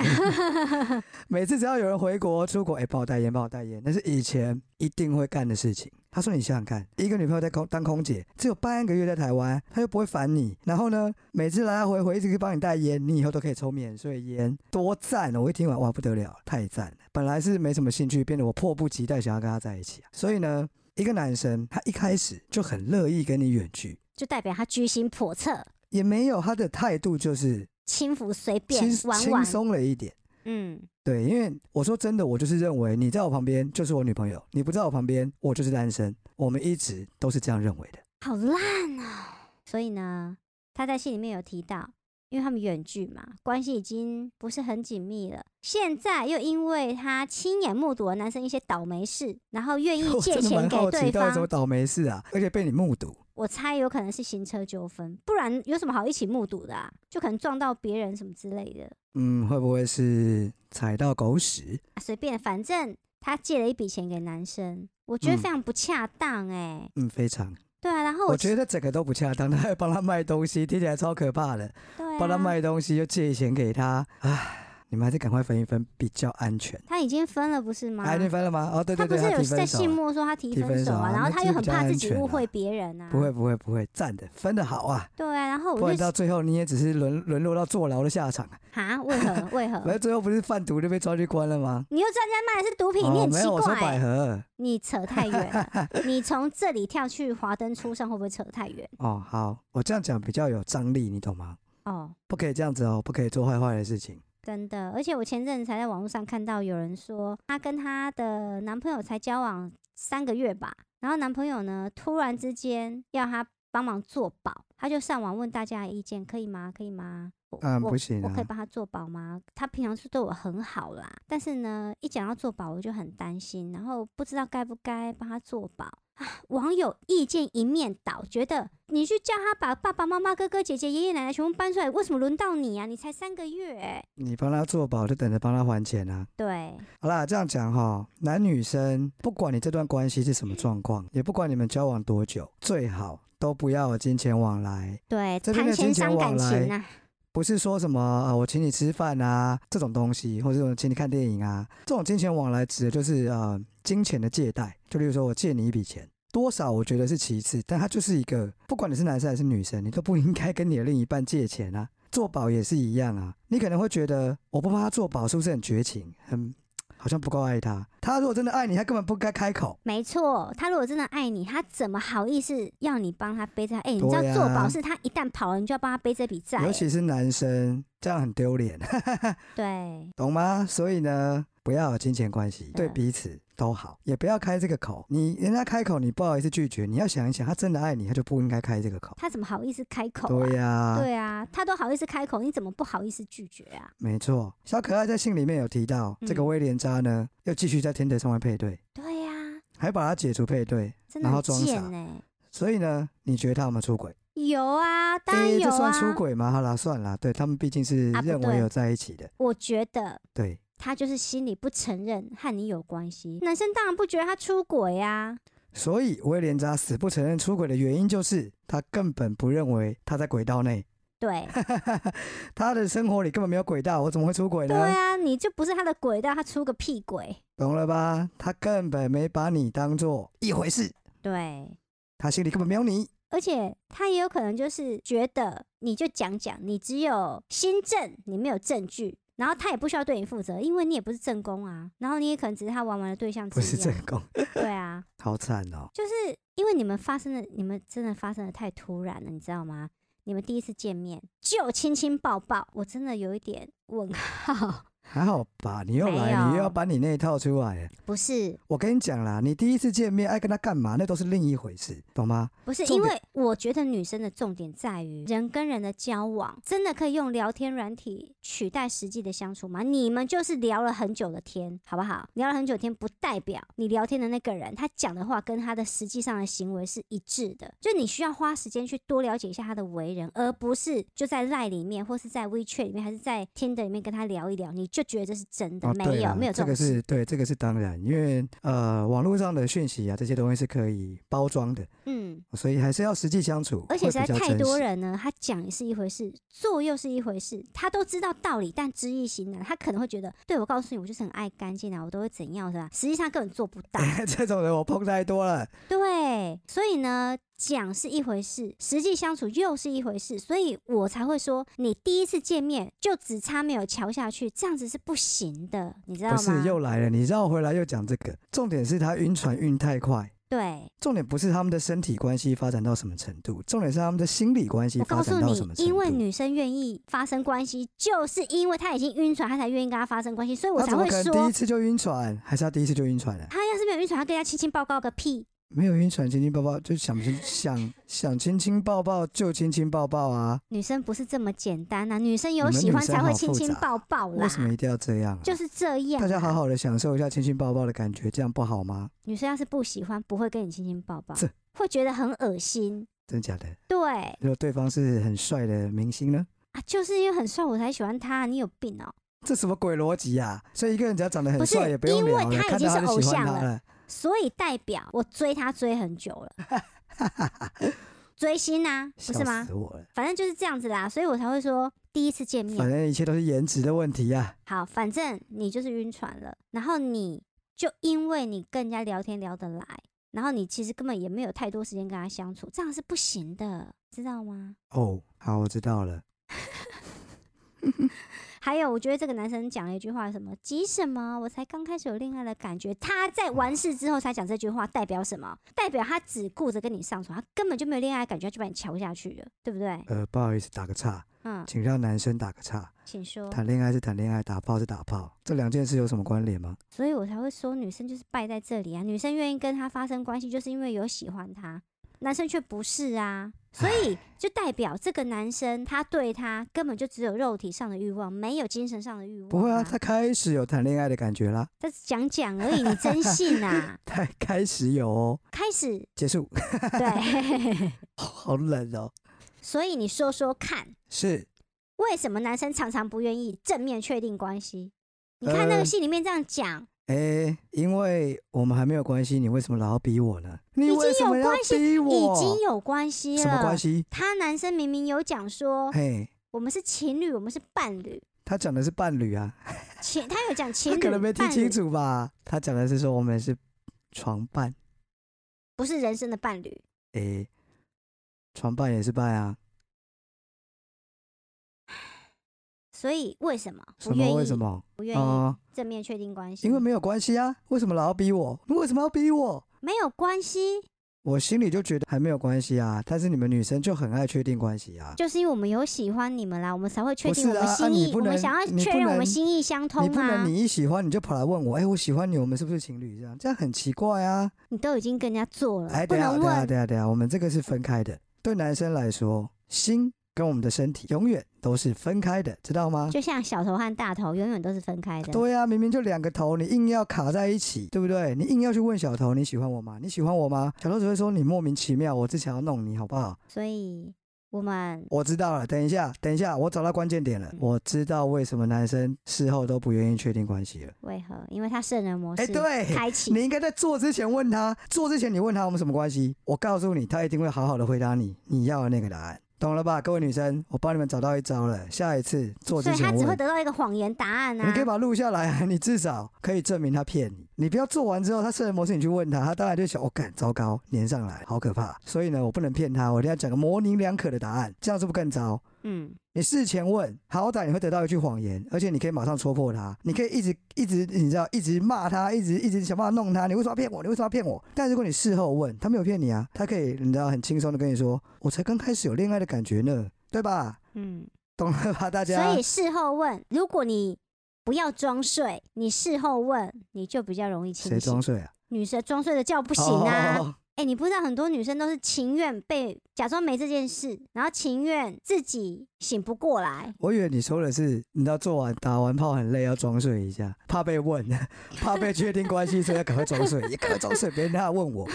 [SPEAKER 1] 每次只要有人回国、出国，哎、帮我代言，帮我代言，那是以前一定会干的事情。他说：“你想想看，一个女朋友在空当空姐，只有半个月在台湾，她又不会烦你。然后呢，每次来来回回一直去帮你代言，你以后都可以抽免税烟，多赞哦！”我一听完，哇，不得了，太赞了！本来是没什么兴趣，变得我迫不及待想要跟她在一起、啊。所以呢，一个男生他一开始就很乐意跟你远距，
[SPEAKER 2] 就代表他居心叵测、
[SPEAKER 1] 也没有他的态度就是
[SPEAKER 2] 轻浮随便
[SPEAKER 1] 轻
[SPEAKER 2] 玩
[SPEAKER 1] 轻
[SPEAKER 2] 玩。
[SPEAKER 1] 松了一点。
[SPEAKER 2] 嗯
[SPEAKER 1] 对，因为我说真的，我就是认为你在我旁边就是我女朋友，你不在我旁边，我就是单身。我们一直都是这样认为的。
[SPEAKER 2] 好烂啊、所以呢，他在信里面有提到，因为他们远距嘛，关系已经不是很紧密了。现在又因为他亲眼目睹了男生一些倒霉事，然后愿意
[SPEAKER 1] [laughs] 我
[SPEAKER 2] 借
[SPEAKER 1] 真的
[SPEAKER 2] 钱
[SPEAKER 1] 蛮
[SPEAKER 2] 给
[SPEAKER 1] 好奇，
[SPEAKER 2] 对
[SPEAKER 1] 到底什么
[SPEAKER 2] 方，
[SPEAKER 1] 倒霉事啊？而且被你目睹，
[SPEAKER 2] 我猜有可能是行车纠纷，不然有什么好一起目睹的啊？就可能撞到别人什么之类的。
[SPEAKER 1] 嗯，会不会是踩到狗屎？
[SPEAKER 2] 啊随便，反正他借了一笔钱给男生，我觉得
[SPEAKER 1] 嗯
[SPEAKER 2] 非常不恰当哎、
[SPEAKER 1] 嗯，非常。
[SPEAKER 2] 对啊，然后
[SPEAKER 1] 我
[SPEAKER 2] 我
[SPEAKER 1] 觉得整个都不恰当，他还帮他卖东西，听起来超可怕的。
[SPEAKER 2] 对啊
[SPEAKER 1] 帮他卖东西又借钱给他，唉，你们还是赶快分一分比较安全。
[SPEAKER 2] 他已经分了不是吗？
[SPEAKER 1] 哎，你分了吗？哦，对
[SPEAKER 2] 他
[SPEAKER 1] 对
[SPEAKER 2] 不
[SPEAKER 1] 对，
[SPEAKER 2] 是有
[SPEAKER 1] 提
[SPEAKER 2] 在
[SPEAKER 1] 分手
[SPEAKER 2] 信
[SPEAKER 1] 了。
[SPEAKER 2] 末说他提
[SPEAKER 1] 提
[SPEAKER 2] 分
[SPEAKER 1] 分
[SPEAKER 2] 手
[SPEAKER 1] 手
[SPEAKER 2] 啊，
[SPEAKER 1] 啊
[SPEAKER 2] 然后
[SPEAKER 1] 那
[SPEAKER 2] 他
[SPEAKER 1] 这
[SPEAKER 2] 又
[SPEAKER 1] 比
[SPEAKER 2] 很
[SPEAKER 1] 较
[SPEAKER 2] 怕
[SPEAKER 1] 安
[SPEAKER 2] 自己
[SPEAKER 1] 全
[SPEAKER 2] 误
[SPEAKER 1] 啊
[SPEAKER 2] 会别人啊，
[SPEAKER 1] 不会不会不会，赞的，分的好啊，
[SPEAKER 2] 对啊，然后
[SPEAKER 1] 不
[SPEAKER 2] 我
[SPEAKER 1] 然
[SPEAKER 2] 就
[SPEAKER 1] 到最后你也只是沦沦落到坐牢的下场啊。
[SPEAKER 2] 啊，为何为
[SPEAKER 1] 反
[SPEAKER 2] 何？
[SPEAKER 1] 正最后不是贩毒就被抓去关了吗？
[SPEAKER 2] 你又知道人家卖的是毒品，你
[SPEAKER 1] 哦，
[SPEAKER 2] 很
[SPEAKER 1] 没
[SPEAKER 2] 奇
[SPEAKER 1] 有，我说百
[SPEAKER 2] 怪，
[SPEAKER 1] 合。
[SPEAKER 2] 你扯太
[SPEAKER 1] [laughs]
[SPEAKER 2] 远了，你从这里跳去华灯初上会不会扯太远？
[SPEAKER 1] 哦，好，我这样讲比较有张力，你懂吗？
[SPEAKER 2] 哦，
[SPEAKER 1] 不可以这样子哦，不可以做坏坏的事情。
[SPEAKER 2] 真的，而且我前阵子才在网络上看到有人说，她跟她的男朋友才交往三个月吧，然后男朋友呢突然之间要她帮忙做保，她就上网问大家的意见，可以吗？可以吗？我
[SPEAKER 1] 嗯，
[SPEAKER 2] 我
[SPEAKER 1] 不行
[SPEAKER 2] 我可以
[SPEAKER 1] 啊。
[SPEAKER 2] 帮他做保吗？他平常是对我很好啦，但是呢，一讲到做保，我就很担心，然后不知道该不该帮他做保。啊网友意见一面倒，觉得你去叫他把爸爸妈妈、哥哥姐姐、爷爷奶奶全部搬出来，为什么轮到你啊？你才三个月、欸，
[SPEAKER 1] 你帮他做保，就等着帮他还钱啊。
[SPEAKER 2] 对，
[SPEAKER 1] 好啦，这样讲哈，男女生不管你这段关系是什么状况，也不管你们交往多久，最好都不要有金钱往来。
[SPEAKER 2] 对，
[SPEAKER 1] 这边
[SPEAKER 2] 谈
[SPEAKER 1] 的
[SPEAKER 2] 钱
[SPEAKER 1] 金钱
[SPEAKER 2] 伤感
[SPEAKER 1] 往来
[SPEAKER 2] 情啊，
[SPEAKER 1] 不是说什么啊，我请你吃饭啊这种东西，或者我请你看电影啊，这种金钱往来指的就是呃金钱的借贷，就例如说我借你一笔钱。多少我觉得是其次，但它就是一个，不管你是男生还是女生，你都不应该跟你的另一半借钱啊。做保也是一样啊，你可能会觉得我不帮他做保是不是很绝情，很好像不够爱他？他如果真的爱你，他根本不该开口。
[SPEAKER 2] 没错。他如果真的爱你，他怎么好意思要你帮他背这？哎、你知道
[SPEAKER 1] 对啊
[SPEAKER 2] 做保是他一旦跑了，你就要帮他背这笔债、
[SPEAKER 1] 尤
[SPEAKER 2] 欸，
[SPEAKER 1] 其是男生，这样很丢脸，
[SPEAKER 2] 对，
[SPEAKER 1] 懂吗？所以呢，不要有金钱关
[SPEAKER 2] 嗯
[SPEAKER 1] 系，对彼此都好，也不要开这个口。你人家开口，你不好意思拒绝，你要想一想，他真的爱你，他就不应该开这个口。
[SPEAKER 2] 他怎么好意思开口、啊？
[SPEAKER 1] 对呀、
[SPEAKER 2] 对啊，他都好意思开口，你怎么不好意思拒绝啊？
[SPEAKER 1] 没错。小可爱在信里面有提到，
[SPEAKER 2] 嗯
[SPEAKER 1] 这个威廉渣呢，又继续在天台上面配对，
[SPEAKER 2] 对呀、
[SPEAKER 1] 还把他解除配对，
[SPEAKER 2] 真的
[SPEAKER 1] 然后
[SPEAKER 2] 很
[SPEAKER 1] 装傻
[SPEAKER 2] 贱呢、
[SPEAKER 1] 所以呢，你觉得他有没有出轨？
[SPEAKER 2] 有啊，当然
[SPEAKER 1] 诶
[SPEAKER 2] 有
[SPEAKER 1] 这算
[SPEAKER 2] 啊。
[SPEAKER 1] 出轨吗？好啦，算啦，对他们毕竟是
[SPEAKER 2] 啊不
[SPEAKER 1] 认为
[SPEAKER 2] 对
[SPEAKER 1] 有在一起的，
[SPEAKER 2] 我觉得
[SPEAKER 1] 对。
[SPEAKER 2] 他就是心里不承认和你有关系，男生当然不觉得他出轨啊。
[SPEAKER 1] 所以威廉渣死不承认出轨的原因，就是他根本不认为他在轨道内。 [laughs]
[SPEAKER 2] 对
[SPEAKER 1] 他的生活里根本没有轨道，我怎么会出轨
[SPEAKER 2] 对
[SPEAKER 1] 呢？
[SPEAKER 2] 啊，你就不是他的轨道，他出个屁鬼。
[SPEAKER 1] 懂了吧？他根本没把你当做一回事，
[SPEAKER 2] 对，
[SPEAKER 1] 他心里根本没有你。
[SPEAKER 2] 而且他也有可能就是觉得你就讲讲，你只有新证，你没有证据，然后他也不需要对你负责，因为你也不是正宫啊，然后你也可能只是他玩玩的对象之
[SPEAKER 1] 不
[SPEAKER 2] 一、啊。
[SPEAKER 1] 是正宫，
[SPEAKER 2] 对啊，
[SPEAKER 1] 好惨哦！
[SPEAKER 2] 就是因为你们发生的，你们真的发生的太突然了，你知道吗？你们第一次见面就亲亲抱抱，我真的有一点问号。 [laughs]
[SPEAKER 1] 还好吧，你又
[SPEAKER 2] 没有
[SPEAKER 1] 来，你又要把你那一套出来。
[SPEAKER 2] 不是，
[SPEAKER 1] 我跟你讲啦，你第一次见面爱跟他干嘛，那都是另一回事，懂吗？
[SPEAKER 2] 不是，
[SPEAKER 1] 重
[SPEAKER 2] 因
[SPEAKER 1] 点
[SPEAKER 2] 为我觉得女生的重点在于人跟人的交往，真的可以用聊天软体取代实际的相处吗？你们就是聊了很久的天，好不好？聊了很久的天，不代表你聊天的那个人他讲的话跟他的实际上的行为是一致的，就你需要花时间去多了解一下他的为人，而不是就在赖里面，或是在 WeChat 里面，还是在 Tinder 里面跟他聊一聊，你就觉得这是真的，
[SPEAKER 1] 哦，对
[SPEAKER 2] 没有
[SPEAKER 1] 啦
[SPEAKER 2] 没有
[SPEAKER 1] 这
[SPEAKER 2] 种
[SPEAKER 1] 个
[SPEAKER 2] 事。
[SPEAKER 1] 是对，这个是当然，因为呃，网络上的讯息啊，这些东西是可以包装的，
[SPEAKER 2] 嗯。
[SPEAKER 1] 所以还是要实际相处，
[SPEAKER 2] 而且
[SPEAKER 1] 会
[SPEAKER 2] 实在
[SPEAKER 1] 比较
[SPEAKER 2] 太
[SPEAKER 1] 真
[SPEAKER 2] 多
[SPEAKER 1] 实。。
[SPEAKER 2] 人呢，他讲是一回事，做又是一回事，他都知道道理，但知易行难，啊他可能会觉得，对我告诉你，我就是很爱干净啊，我都会怎样是吧？实际上根本做不到
[SPEAKER 1] [laughs] [laughs] 这种人我碰太多了，
[SPEAKER 2] 对，所以呢，讲是一回事，实际相处又是一回事，所以我才会说，你第一次见面就只差没有瞧下去，这样子是不行的，你知道
[SPEAKER 1] 不是
[SPEAKER 2] 吗？
[SPEAKER 1] 又来了，你绕回来又讲这个，重点是他晕船晕太快。
[SPEAKER 2] 对，
[SPEAKER 1] 重点不是他们的身体关系发展到什么程度，重点是他们的心理关系
[SPEAKER 2] 我
[SPEAKER 1] 发
[SPEAKER 2] 告
[SPEAKER 1] 展
[SPEAKER 2] 诉
[SPEAKER 1] 到什么程
[SPEAKER 2] 你，
[SPEAKER 1] 度。
[SPEAKER 2] 因为女生愿意发生关系，就是因为她已经晕船，她才愿意跟他发生关系，所以我
[SPEAKER 1] 他
[SPEAKER 2] 才
[SPEAKER 1] 怎么
[SPEAKER 2] 会
[SPEAKER 1] 可能
[SPEAKER 2] 说，
[SPEAKER 1] 第一次就晕船？还是他第一次就晕船了？
[SPEAKER 2] 他要是没有晕船，他跟人家亲亲抱抱个屁。
[SPEAKER 1] 没有晕船，亲亲抱抱就想亲想想亲亲抱抱就亲亲抱抱啊！
[SPEAKER 2] 女生不是这么简单呐、啊女生有
[SPEAKER 1] 你们
[SPEAKER 2] 喜欢
[SPEAKER 1] 女生
[SPEAKER 2] 才会
[SPEAKER 1] 好
[SPEAKER 2] 亲
[SPEAKER 1] 复
[SPEAKER 2] 亲
[SPEAKER 1] 杂
[SPEAKER 2] 抱抱啦
[SPEAKER 1] 为，什么一定要这样啊、
[SPEAKER 2] 就是这样。
[SPEAKER 1] 大家好，好的享受一下亲亲抱抱的感觉，这样不好吗？
[SPEAKER 2] 女生要是不喜欢，不会跟你亲亲抱抱
[SPEAKER 1] 这，
[SPEAKER 2] 会觉得很恶心。
[SPEAKER 1] 真假的？
[SPEAKER 2] 对
[SPEAKER 1] 如果对方是很帅的明星呢？
[SPEAKER 2] 啊，就是因为很帅我才喜欢他，你有病哦、
[SPEAKER 1] 这什么鬼逻辑呀、所以一个人只要长得
[SPEAKER 2] 不
[SPEAKER 1] 很
[SPEAKER 2] 是
[SPEAKER 1] 帅，也不用
[SPEAKER 2] 因为
[SPEAKER 1] 聊了，
[SPEAKER 2] 他已
[SPEAKER 1] 看
[SPEAKER 2] 经
[SPEAKER 1] 到他
[SPEAKER 2] 是
[SPEAKER 1] 就
[SPEAKER 2] 偶
[SPEAKER 1] 喜欢
[SPEAKER 2] 像
[SPEAKER 1] 他
[SPEAKER 2] 了
[SPEAKER 1] 了。
[SPEAKER 2] 所以代表我追他追很久了，
[SPEAKER 1] [laughs]
[SPEAKER 2] 追星啊，不
[SPEAKER 1] 笑
[SPEAKER 2] 是吗
[SPEAKER 1] 死？我了！
[SPEAKER 2] 反正就是这样子啦，所以我才会说第一次见面
[SPEAKER 1] 反正一切都是颜值的问题啊呀、
[SPEAKER 2] 好，反正你就是晕船了，然后你就因为你跟人家聊天聊得来，然后你其实根本也没有太多时间跟他相处，这样是不行的，知道吗？
[SPEAKER 1] 哦，好，我知道了。
[SPEAKER 2] 还有，我觉得这个男生讲了一句话，什么“急什么？我才刚开始有恋爱的感觉。”他在完事之后才讲这句话，代表什么？代表他只顾着跟你上床，他根本就没有恋爱的感觉，他就把你瞧下去了，对不对？
[SPEAKER 1] 呃，不好意思，打个岔，
[SPEAKER 2] 嗯，
[SPEAKER 1] 请让男生打个岔。
[SPEAKER 2] 请说。
[SPEAKER 1] 谈恋爱是谈恋爱，打炮是打炮，这两件事有什么关联吗？
[SPEAKER 2] 所以我才会说女生就是败在这里啊，女生愿意跟他发生关系，就是因为有喜欢他，男生却不是啊，所以就代表这个男生他对他根本就只有肉体上的欲望，没有精神上的欲望、
[SPEAKER 1] 不会啊，他开始有谈恋爱的感觉啦，
[SPEAKER 2] 他只讲讲而已，你真信啊？ [laughs]
[SPEAKER 1] 他 [laughs] 开始有哦。
[SPEAKER 2] 开始
[SPEAKER 1] 结束， [laughs]
[SPEAKER 2] 对，
[SPEAKER 1] 好冷哦。
[SPEAKER 2] 所以你说说看，
[SPEAKER 1] 是，
[SPEAKER 2] 为什么男生常常不愿意正面确定关系？你看那
[SPEAKER 1] 呃
[SPEAKER 2] 个戏里面这样讲，
[SPEAKER 1] 诶，因为我们还没有关系，你为什么老要逼我呢？你
[SPEAKER 2] 已经
[SPEAKER 1] 为什
[SPEAKER 2] 有
[SPEAKER 1] 么要
[SPEAKER 2] 关系
[SPEAKER 1] 逼
[SPEAKER 2] 已
[SPEAKER 1] 我？
[SPEAKER 2] 经有关系了。哦
[SPEAKER 1] 什么关？系？哎
[SPEAKER 2] 他男生明明有讲说，
[SPEAKER 1] 嘿，
[SPEAKER 2] 我们是情侣，我们是伴侣，
[SPEAKER 1] 他讲的是伴侣啊，
[SPEAKER 2] 情他有讲情
[SPEAKER 1] 他
[SPEAKER 2] 侣，
[SPEAKER 1] 可能没听
[SPEAKER 2] 伴侣
[SPEAKER 1] 清楚吧？他讲的是说我们是床伴，
[SPEAKER 2] 不是人生的伴侣。
[SPEAKER 1] 诶，床伴也是伴啊。
[SPEAKER 2] 所以为什么不
[SPEAKER 1] 什
[SPEAKER 2] 愿
[SPEAKER 1] 么？
[SPEAKER 2] 意？
[SPEAKER 1] 为什么？
[SPEAKER 2] 不愿意嗯
[SPEAKER 1] 哦，
[SPEAKER 2] 正面确定关系？
[SPEAKER 1] 因为没有关系啊，为什么老要逼我？你为什么要逼我？
[SPEAKER 2] 没有关系，
[SPEAKER 1] 我心里就觉得还没有关系啊，但是你们女生就很爱确定关系啊，
[SPEAKER 2] 就是因为我们有喜欢你们啦，我们才会确定
[SPEAKER 1] 不
[SPEAKER 2] 我
[SPEAKER 1] 是啊
[SPEAKER 2] 们心
[SPEAKER 1] 啊
[SPEAKER 2] 意，
[SPEAKER 1] 你不
[SPEAKER 2] 我
[SPEAKER 1] 能
[SPEAKER 2] 们想要
[SPEAKER 1] 你不
[SPEAKER 2] 确认我们
[SPEAKER 1] 能
[SPEAKER 2] 心意相通
[SPEAKER 1] 你不
[SPEAKER 2] 啊。
[SPEAKER 1] 能你一喜欢你就跑来问我，哎、我喜欢你，我们是不是情侣？这样这样很奇怪啊！
[SPEAKER 2] 你都已经跟人家做了，
[SPEAKER 1] 哎，
[SPEAKER 2] 嗯不
[SPEAKER 1] 等一下
[SPEAKER 2] 能
[SPEAKER 1] 等一下
[SPEAKER 2] 问。
[SPEAKER 1] 等一下等一下，我们这个是分开的。对男生来说，心跟我们的身体永远都是分开的，知道吗？
[SPEAKER 2] 就像小头和大头永远都是分开的。
[SPEAKER 1] 啊对啊，明明就两个头，你硬要卡在一起，对不对？你硬要去问小头你喜欢我吗？你喜欢我吗？小头只会说你莫名其妙，我只想要弄你好不好？
[SPEAKER 2] 所以我们
[SPEAKER 1] 我知道了，等一下，等一下，我找到关键点了，
[SPEAKER 2] 嗯
[SPEAKER 1] 我知道为什么男生事后都不愿意确定关系了。
[SPEAKER 2] 为何？因为他圣人模式
[SPEAKER 1] 哎、对，
[SPEAKER 2] 哦开启，
[SPEAKER 1] 你应该在做之前问他，做之前你问他我们什么关系，我告诉你，他一定会好好的回答你你要的那个答案。懂了吧，各位女生，我帮你们找到一招了。下一次做
[SPEAKER 2] 所
[SPEAKER 1] 之
[SPEAKER 2] 以他
[SPEAKER 1] 前
[SPEAKER 2] 只会
[SPEAKER 1] 问，
[SPEAKER 2] 得到一个谎言答案
[SPEAKER 1] 你可以
[SPEAKER 2] 啊。
[SPEAKER 1] 把它录下来啊， [laughs] 你至少可以证明他骗你。你不要做完之后，他设人模式你去问他，他当然就想，我、哦、干，糟糕，粘上来，好可怕。所以呢，我不能骗他，我一定要讲个模棱两可的答案，这样是不是更糟？
[SPEAKER 2] 嗯，
[SPEAKER 1] 你事前问，好歹你会得到一句谎言，而且你可以马上戳破他。你可以一直一直，你知道，一直骂他，一直一直想办法弄他。你为什么要骗我？你为什么要骗我？但如果你事后问，他没有骗你啊，他可以你知道很轻松的跟你说，我才刚开始有恋爱的感觉呢，对吧？
[SPEAKER 2] 嗯，
[SPEAKER 1] 懂了吧，大家？
[SPEAKER 2] 所以事后问，如果你不要装睡，你事后问，你就比较容易清
[SPEAKER 1] 谁
[SPEAKER 2] 醒
[SPEAKER 1] 装。睡啊？
[SPEAKER 2] 女生装睡的觉不
[SPEAKER 1] 不
[SPEAKER 2] 行啊。
[SPEAKER 1] 哦
[SPEAKER 2] 哎、你不知道很多女生都是情愿被假装没这件事，然后情愿自己醒不过来。
[SPEAKER 1] 我以为你说的是，你知道做完打完炮很累，要装睡一下，怕被
[SPEAKER 2] [laughs]
[SPEAKER 1] 问，怕被确定关系，所以要赶快装睡，也赶快装睡，别人家问
[SPEAKER 2] [laughs]
[SPEAKER 1] 我。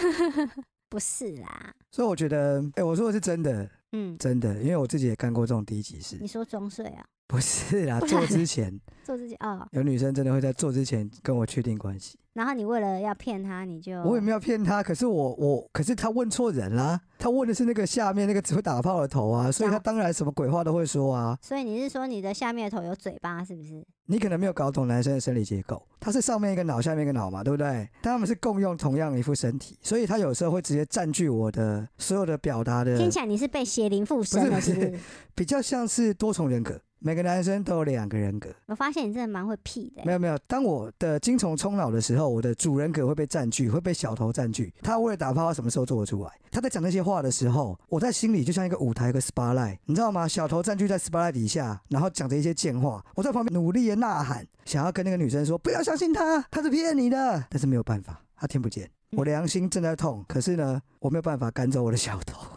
[SPEAKER 2] 不是啦，
[SPEAKER 1] 所以我觉得，哎、我说的是真的，
[SPEAKER 2] 嗯，
[SPEAKER 1] 真的，因为我自己也干过这种低级事。
[SPEAKER 2] 你说装睡啊，
[SPEAKER 1] 不是啦，
[SPEAKER 2] 不
[SPEAKER 1] 做
[SPEAKER 2] 然
[SPEAKER 1] 之前
[SPEAKER 2] 做自己哦，
[SPEAKER 1] 有女生真的会在做之前跟我确定关系，
[SPEAKER 2] 然后你为了要骗他，你就
[SPEAKER 1] 我也没有骗她，可是我我可是她问错人啦，她问的是那个下面那个只会打炮的头啊，所以她当然什么鬼话都会说啊。
[SPEAKER 2] 所以你是说你的下面的头有嘴巴是不是？
[SPEAKER 1] 你可能没有搞懂男生的生理结构，他是上面一个脑，下面一个脑嘛，对不对？但他们是共用同样一副身体，所以他有时候会直接占据我的所有的表达的
[SPEAKER 2] 听起来你是被邪灵附身了，
[SPEAKER 1] 不是
[SPEAKER 2] 是
[SPEAKER 1] 不
[SPEAKER 2] 不
[SPEAKER 1] 是
[SPEAKER 2] 是？
[SPEAKER 1] 比较像是多重人格，每个男生都有两个人格。
[SPEAKER 2] 我发现你真的蛮会屁的欸、
[SPEAKER 1] 没有没有，当我的精虫充脑的时候，我的主人格会被占据，会被小头占据。他为了打炮，他什么时候做得出来？哎他在讲那些话的时候，我在心里就像一个舞台，一个 spotlight，你知道吗？小头占据在 spotlight 底下，然后讲着一些贱话，我在旁边努力的呐喊，想要跟那个女生说不要相信他，他是骗你的，但是没有办法，他听不见。
[SPEAKER 2] 嗯
[SPEAKER 1] 我良心正在痛，可是呢，我没有办法赶走我的小头，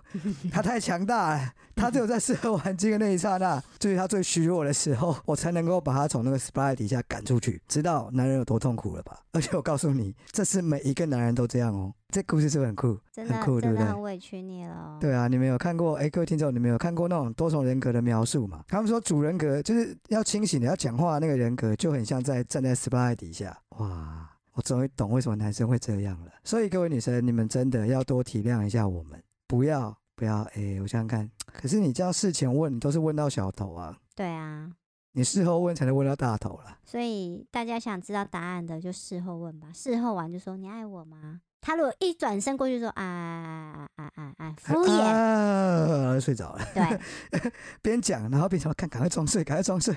[SPEAKER 1] 他太强大了，他只有在射完精的那一刹那，就是他最虚弱的时候，我才能够把他从那个 spy 底下赶出去。知道男人有多痛苦了吧？而且我告诉你，这是每一个男人都这样哦。这故事是不是很酷？
[SPEAKER 2] 真的
[SPEAKER 1] 很酷对
[SPEAKER 2] 真
[SPEAKER 1] 不
[SPEAKER 2] 的
[SPEAKER 1] 对
[SPEAKER 2] 很委屈你了哦。
[SPEAKER 1] 对啊，你们有看过？哎，各位听众，你们有看过那种多重人格的描述吗？他们说主人格就是要清醒的，要讲话的那个人格就很像在站在 spy 底下。哇，我终于懂为什么男生会这样了。所以各位女生，你们真的要多体谅一下我们，不要不要。哎，我想想看，可是你这样事前问，你都是问到小头啊，
[SPEAKER 2] 对啊，
[SPEAKER 1] 你事后问才能问到大头啦。
[SPEAKER 2] 所以大家想知道答案的就事后问吧，事后完就说你爱我吗？他如果一转身过去说啊啊啊啊啊，敷衍，
[SPEAKER 1] 啊，睡着了，
[SPEAKER 2] 对， [laughs]
[SPEAKER 1] 边讲然后边说，看，赶快装睡，赶快装睡。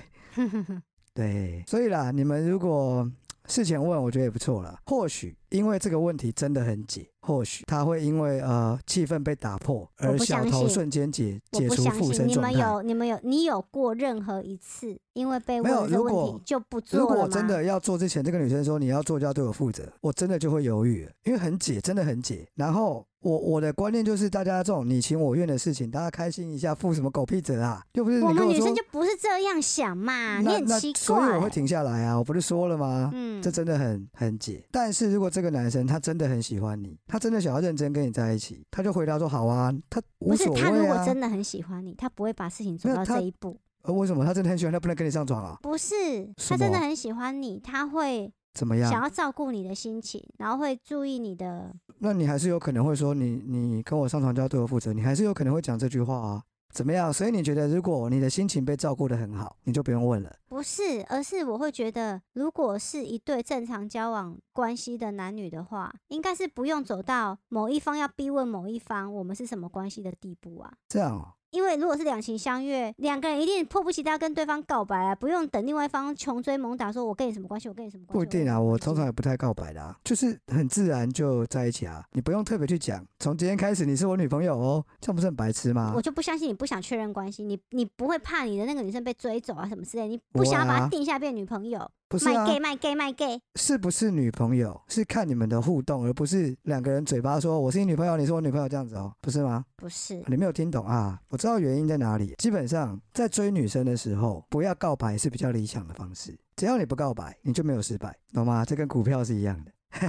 [SPEAKER 1] 对，所以啦，你们如果事前问，我觉得也不错啦。或许因为这个问题真的很解，或许他会因为呃气氛被打破，
[SPEAKER 2] 我
[SPEAKER 1] 而
[SPEAKER 2] 不
[SPEAKER 1] 小
[SPEAKER 2] 相
[SPEAKER 1] 头
[SPEAKER 2] 信
[SPEAKER 1] 瞬间解
[SPEAKER 2] 我
[SPEAKER 1] 解
[SPEAKER 2] 不
[SPEAKER 1] 除
[SPEAKER 2] 相
[SPEAKER 1] 附
[SPEAKER 2] 信
[SPEAKER 1] 身
[SPEAKER 2] 你
[SPEAKER 1] 状
[SPEAKER 2] 们
[SPEAKER 1] 态。
[SPEAKER 2] 有你们有你有过任何一次因为被
[SPEAKER 1] 没
[SPEAKER 2] 问
[SPEAKER 1] 有
[SPEAKER 2] 这个
[SPEAKER 1] 如
[SPEAKER 2] 问
[SPEAKER 1] 果
[SPEAKER 2] 题就不做
[SPEAKER 1] 如
[SPEAKER 2] 了吗？
[SPEAKER 1] 果真的要做之前，这个女生说你要做就要对我负责，我真的就会犹豫了，因为很解，真的很解。然后我我的观念就是，大家这种你情我愿的事情，大家开心一下，负什么狗屁责啊？又不是你
[SPEAKER 2] 我
[SPEAKER 1] 跟
[SPEAKER 2] 们
[SPEAKER 1] 我
[SPEAKER 2] 女
[SPEAKER 1] 说
[SPEAKER 2] 生就不是这样想嘛，你
[SPEAKER 1] 那
[SPEAKER 2] 很
[SPEAKER 1] 那
[SPEAKER 2] 奇
[SPEAKER 1] 所以我会
[SPEAKER 2] 怪。
[SPEAKER 1] 停下来啊，我不是说了吗？
[SPEAKER 2] 嗯
[SPEAKER 1] 这真的很很解。但是如果这个男生他真的很喜欢你，他真的想要认真跟你在一起，他就回答说好啊，他无
[SPEAKER 2] 不是
[SPEAKER 1] 所谓啊。
[SPEAKER 2] 他如果真的很喜欢你，他不会把事情做
[SPEAKER 1] 没有
[SPEAKER 2] 到
[SPEAKER 1] 他
[SPEAKER 2] 这一步。
[SPEAKER 1] 呃为什么他真的很喜欢，他不能跟你上床啊？
[SPEAKER 2] 不是，
[SPEAKER 1] 什
[SPEAKER 2] 他真的
[SPEAKER 1] 么
[SPEAKER 2] 很喜欢你，他会
[SPEAKER 1] 怎么
[SPEAKER 2] 想
[SPEAKER 1] 样？
[SPEAKER 2] 要照顾你的心情，然后会注意你的。
[SPEAKER 1] 那你还是有可能会说你你跟我上床就要对我负责，你还是有可能会讲这句话啊？怎么样？所以你觉得如果你的心情被照顾的很好，你就不用问了。
[SPEAKER 2] 不是，而是我会觉得，如果是一对正常交往关系的男女的话，应该是不用走到某一方要逼问某一方我们是什么关系的地步啊。
[SPEAKER 1] 这样、哦，
[SPEAKER 2] 因为如果是两情相悦，两个人一定迫不及待要跟对方告白啊，不用等另外一方穷追猛打，说我跟你什么关系，我跟你什么关系。
[SPEAKER 1] 不一定啊，
[SPEAKER 2] 跟
[SPEAKER 1] 我
[SPEAKER 2] 你什
[SPEAKER 1] 通
[SPEAKER 2] 么
[SPEAKER 1] 常
[SPEAKER 2] 关系
[SPEAKER 1] 也不太告白的、啊，就是很自然就在一起啊，你不用特别去讲。从今天开始你是我女朋友哦，这样不是很白痴吗
[SPEAKER 2] 嗯我？就不相信你不想确认关系，你你不会怕你的那个女生被追走啊什么之类，你
[SPEAKER 1] 不
[SPEAKER 2] 不
[SPEAKER 1] 会
[SPEAKER 2] 想要把她
[SPEAKER 1] 啊
[SPEAKER 2] 定下变女朋友，
[SPEAKER 1] 不是
[SPEAKER 2] 卖
[SPEAKER 1] 啊，
[SPEAKER 2] gay 卖 gay 卖 gay，
[SPEAKER 1] 是不是女朋友是看你们的互动，而不是两个人嘴巴说我是你女朋友，你是我女朋友这样子哦，不是吗？
[SPEAKER 2] 不是
[SPEAKER 1] 你没有听懂啊？我知道原因在哪里。基本上在追女生的时候，不要告白是比较理想的方式。只要你不告白，你就没有失败，懂吗？这跟股票是一样的。 [laughs]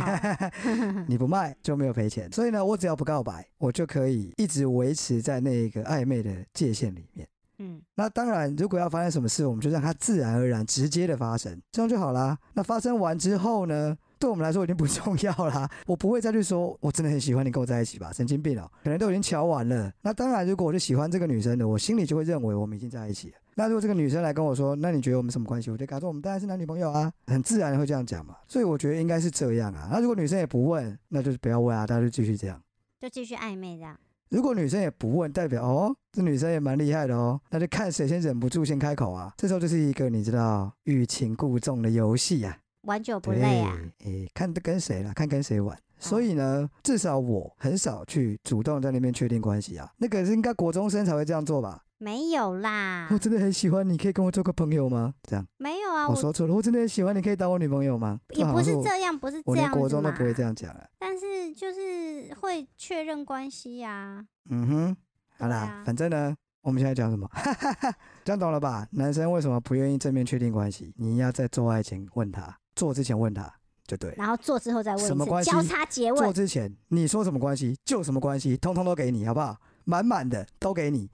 [SPEAKER 1] 你不卖就没有赔钱，所以呢，我只要不告白，我就可以一直维持在那个暧昧的界限里面。
[SPEAKER 2] 嗯，
[SPEAKER 1] 那当然，如果要发生什么事，我们就让它自然而然、直接的发生，这样就好啦。那发生完之后呢，对我们来说已经不 [laughs] 重要啦。我不会再去说我真的很喜欢你，跟我在一起吧，神经病哦、可能都已经瞧完了。那当然，如果我是喜欢这个女生的，我心里就会认为我们已经在一起了。那如果这个女生来跟我说，那你觉得我们什么关系？我就跟她说我们当然是男女朋友啊，很自然地会这样讲嘛。所以我觉得应该是这样啊。那如果女生也不问，那就是不要问啊，大家就继续这样。
[SPEAKER 2] 就继续暧昧这样。
[SPEAKER 1] 如果女生也不问，代表哦，这女生也蛮厉害的哦，那就看谁先忍不住先开口啊。这时候就是一个你知道欲擒故纵的游戏啊。
[SPEAKER 2] 玩久不
[SPEAKER 1] 对，
[SPEAKER 2] 累啊，哦
[SPEAKER 1] 诶、看跟谁啦，看跟谁玩。所以呢，至少我很少去主动在那边确定关系啊。那个是应该国中生才会这样做吧？
[SPEAKER 2] 没有啦，
[SPEAKER 1] 我真的很喜欢你，可以跟我做个朋友吗？这样，
[SPEAKER 2] 没有啊，
[SPEAKER 1] 我
[SPEAKER 2] 我
[SPEAKER 1] 说错了，我真的很喜欢你，可以当我女朋友吗？
[SPEAKER 2] 也
[SPEAKER 1] 好
[SPEAKER 2] 不
[SPEAKER 1] 像是
[SPEAKER 2] 是
[SPEAKER 1] 啊我
[SPEAKER 2] 这样，不是
[SPEAKER 1] 我
[SPEAKER 2] 这
[SPEAKER 1] 连
[SPEAKER 2] 样
[SPEAKER 1] 国
[SPEAKER 2] 子
[SPEAKER 1] 中都
[SPEAKER 2] 嘛。
[SPEAKER 1] 不会这样讲了。啊
[SPEAKER 2] 但是就是会确认关系啊呀、
[SPEAKER 1] 嗯哼，好啦，
[SPEAKER 2] 对啊
[SPEAKER 1] 反正呢，我们现在讲什么？ [laughs] 讲懂了吧？男生为什么不愿意正面确定关系？你要在做爱前问他，做之前问他就对了。
[SPEAKER 2] 然后做之后再问
[SPEAKER 1] 什么
[SPEAKER 2] 一
[SPEAKER 1] 关
[SPEAKER 2] 次，
[SPEAKER 1] 系
[SPEAKER 2] 交叉诘
[SPEAKER 1] 做
[SPEAKER 2] 问，
[SPEAKER 1] 之前你说什么关系就什么关系，通通都给你，好不好？满满的都给你。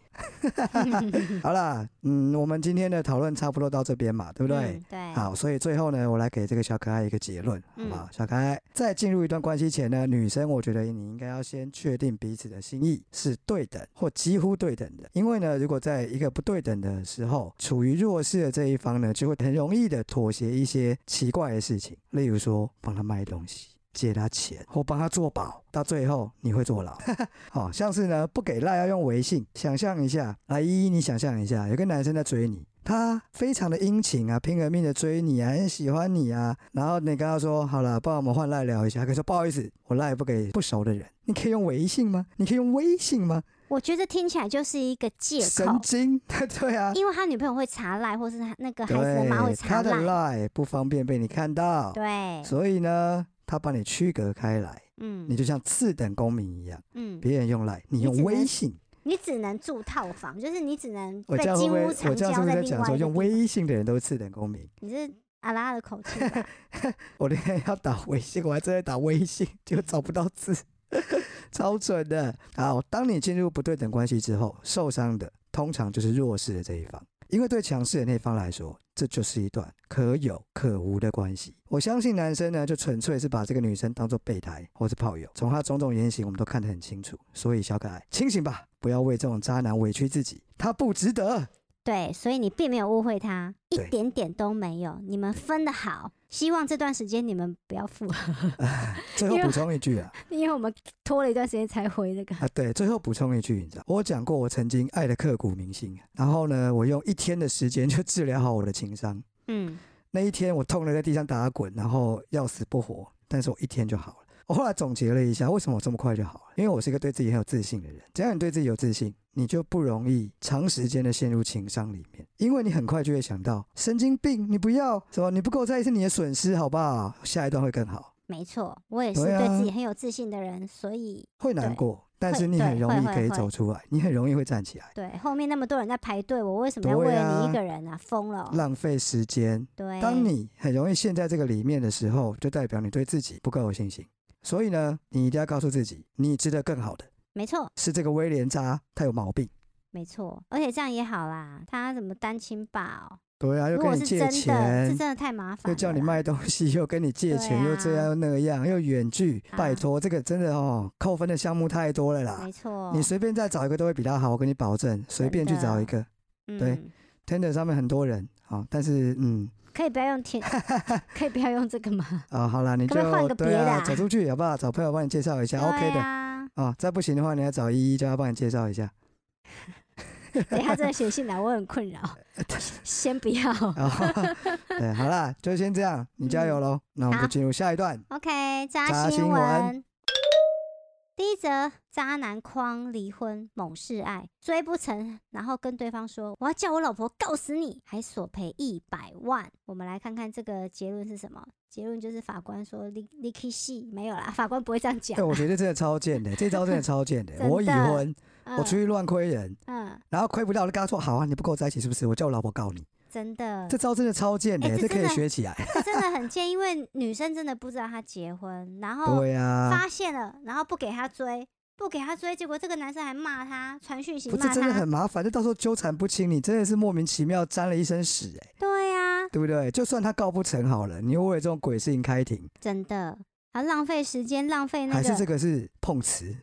[SPEAKER 1] 好啦，嗯，我们今天的讨论差不多到这边嘛，对不对？
[SPEAKER 2] 嗯、对，
[SPEAKER 1] 好，所以最后呢，我来给这个小可爱一个结论，好不好？小可爱在进入一段关系前呢，女生我觉得你应该要先确定彼此的心意是对等或几乎对等的，因为呢，如果在一个不对等的时候，处于弱势的这一方呢，就会很容易的妥协一些奇怪的事情，例如说帮他卖东西。借他钱或帮他做保，到最后你会坐牢。好、像是呢，不给赖要用微信。想象一下，来依依，你想象一下，有个男生在追你，他非常的殷勤啊，拼了命的追你啊，很喜欢你啊。然后你跟他说，好了，帮我们换赖聊一下。他可以说不好意思，我赖不给不熟的人。你可以用微信吗？你可以用微信吗？
[SPEAKER 2] 我觉得听起来就是一个借
[SPEAKER 1] 神
[SPEAKER 2] 口，
[SPEAKER 1] 经， [laughs] 对啊，
[SPEAKER 2] 因为他女朋友会查赖，或是他那个孩子的妈会
[SPEAKER 1] 对，
[SPEAKER 2] 查
[SPEAKER 1] 他的
[SPEAKER 2] 赖，
[SPEAKER 1] 赖不方便被你看到，
[SPEAKER 2] 对，
[SPEAKER 1] 所以呢，他把你区隔开来，
[SPEAKER 2] 嗯
[SPEAKER 1] 你就像次等公民一样，
[SPEAKER 2] 嗯，
[SPEAKER 1] 别人用赖，你
[SPEAKER 2] 你
[SPEAKER 1] 用
[SPEAKER 2] 只能
[SPEAKER 1] 微信。
[SPEAKER 2] 你只能住套房，就是你只能
[SPEAKER 1] 我
[SPEAKER 2] 被
[SPEAKER 1] 这样会
[SPEAKER 2] 金
[SPEAKER 1] 不会
[SPEAKER 2] 屋？藏
[SPEAKER 1] 我这样是不
[SPEAKER 2] 娇
[SPEAKER 1] 是
[SPEAKER 2] 在
[SPEAKER 1] 在
[SPEAKER 2] 另
[SPEAKER 1] 讲
[SPEAKER 2] 外
[SPEAKER 1] 说
[SPEAKER 2] 一个
[SPEAKER 1] 用
[SPEAKER 2] 地方，
[SPEAKER 1] 微信的人都是次等公民？ [laughs]
[SPEAKER 2] 你是阿拉的口气吧？
[SPEAKER 1] 我那天要打微信，我还真的打微信，结果找不到字， [laughs] 超准的。好，当你进入不对等关系之后，受伤的通常就是弱势的这一方，因为对强势的那方来说，这就是一段可有可无的关系。我相信男生呢，就纯粹是把这个女生当做备胎或是炮友，从她种种言行，我们都看得很清楚。所以小可爱，清醒吧，不要为这种渣男委屈自己，他不值得。
[SPEAKER 2] 对，所以你并没有误会他，一
[SPEAKER 1] 对
[SPEAKER 2] 点点都没有。你们分的好，希望这段时间你们不要复
[SPEAKER 1] [laughs]
[SPEAKER 2] 合，
[SPEAKER 1] 最后
[SPEAKER 2] 因为
[SPEAKER 1] 补充一句啊，
[SPEAKER 2] 因为我们拖了一段时间才回这个。
[SPEAKER 1] 啊，对，最后补充一句，你知道，我讲过我曾经爱的刻骨铭心，然后呢，我用一天的时间就 [laughs] 治疗好我的情伤。
[SPEAKER 2] 嗯，
[SPEAKER 1] 那一天我痛的在地上打滚，然后要死不活，但是我一天就好了。我后来总结了一下，为什么我这么快就好了？因为我是一个对自己很有自信的人。只要你对自己有自信，你就不容易长时间的陷入情伤里面，因为你很快就会想到神经病，你不要什么，你不够在意是你的损失，好不好？下一段会更好。
[SPEAKER 2] 没错，我也是
[SPEAKER 1] 对
[SPEAKER 2] 对
[SPEAKER 1] 啊
[SPEAKER 2] 自己很有自信的人，所以
[SPEAKER 1] 会难
[SPEAKER 2] 对
[SPEAKER 1] 过，但
[SPEAKER 2] 会
[SPEAKER 1] 是你
[SPEAKER 2] 对
[SPEAKER 1] 很容
[SPEAKER 2] 会
[SPEAKER 1] 易
[SPEAKER 2] 会
[SPEAKER 1] 可以
[SPEAKER 2] 会
[SPEAKER 1] 走出来，你很容易会站起来。
[SPEAKER 2] 对后面那么多人在排队，我为什么要
[SPEAKER 1] 对
[SPEAKER 2] 为了
[SPEAKER 1] 啊
[SPEAKER 2] 你一个人啊？疯了哦、
[SPEAKER 1] 浪费时间。
[SPEAKER 2] 对，
[SPEAKER 1] 当你很容易陷在这个里面的时候，就代表你对自己不够有信心。所以呢，你一定要告诉自己，你值得更好的。
[SPEAKER 2] 没错，
[SPEAKER 1] 是这个威廉渣，他有毛病。
[SPEAKER 2] 没错，而且这样也好啦。他怎么单亲爸哦？
[SPEAKER 1] 对啊，又
[SPEAKER 2] 如果
[SPEAKER 1] 跟你
[SPEAKER 2] 是真
[SPEAKER 1] 借
[SPEAKER 2] 的，是
[SPEAKER 1] 钱，
[SPEAKER 2] 真的太麻烦了啦。
[SPEAKER 1] 又叫你卖东西，又跟你借钱，
[SPEAKER 2] 对啊
[SPEAKER 1] 又这样又那样，又远距。
[SPEAKER 2] 啊
[SPEAKER 1] 拜托，这个真的哦，扣分的项目太多了啦
[SPEAKER 2] 没。错，
[SPEAKER 1] 你随便再找一个都会比他好，我跟你保证，随便去找一个。对
[SPEAKER 2] 嗯，
[SPEAKER 1] Tinder 上面很多人啊、但是嗯
[SPEAKER 2] 可以不要
[SPEAKER 1] [laughs]
[SPEAKER 2] 用天，可以不要用这个吗？
[SPEAKER 1] 啊、好啦，你
[SPEAKER 2] 可不可以换
[SPEAKER 1] 就
[SPEAKER 2] 个
[SPEAKER 1] 对
[SPEAKER 2] 别的
[SPEAKER 1] 啊，
[SPEAKER 2] 啊
[SPEAKER 1] 走出去好不好？找朋友帮你介绍一下，OK 的
[SPEAKER 2] 对。啊，
[SPEAKER 1] 啊、再不行的话，你要找依依，叫她帮你介绍一下。 [laughs]
[SPEAKER 2] 等一下真的写信来，我很困扰。先
[SPEAKER 1] [laughs]
[SPEAKER 2] 不要。
[SPEAKER 1] 啊、对，好啦，就先这样，你加油喽。那我们就
[SPEAKER 2] 嗯好
[SPEAKER 1] 进入下一段。
[SPEAKER 2] OK，
[SPEAKER 1] 渣
[SPEAKER 2] 渣
[SPEAKER 1] 新
[SPEAKER 2] 新
[SPEAKER 1] 闻
[SPEAKER 2] 闻。第一则，渣男框离婚，猛示爱，追不成，然后跟对方说我要叫我老婆告死你，还索赔一百万。我们来看看这个结论是什么？结论就是法官说 l i l i k 系没有啦，法官不会这样讲
[SPEAKER 1] 哎、。我觉得真的超贱的，这招真的超贱的。我已
[SPEAKER 2] 真的
[SPEAKER 1] 婚，哎我出
[SPEAKER 2] 嗯
[SPEAKER 1] 去乱亏人，
[SPEAKER 2] 嗯，
[SPEAKER 1] 然后亏不到，我就跟他说：“好啊，你不跟我在一起是不是？我叫我老婆告你。
[SPEAKER 2] 真的
[SPEAKER 1] 这，招真的超贱的，
[SPEAKER 2] 嗯哎这
[SPEAKER 1] 这可以
[SPEAKER 2] 真的
[SPEAKER 1] 学起来。
[SPEAKER 2] 这真的很 [laughs] 贱，因为女生真的不知道她结婚，然后
[SPEAKER 1] 对啊，
[SPEAKER 2] 哦发现了，然后不给他追，不给他追，结果这个男生还骂他，传讯息
[SPEAKER 1] 不是
[SPEAKER 2] 骂
[SPEAKER 1] 真的
[SPEAKER 2] 他
[SPEAKER 1] 很，麻烦，这到时候纠缠不清，你真的是莫名其妙沾了一身屎哎、
[SPEAKER 2] 对呀、
[SPEAKER 1] 对不对？就算他告不成好了，你又为了这种鬼事情开庭，
[SPEAKER 2] 真的，还浪费时间，浪费哎那
[SPEAKER 1] 还是这
[SPEAKER 2] 个。
[SPEAKER 1] 个是碰瓷？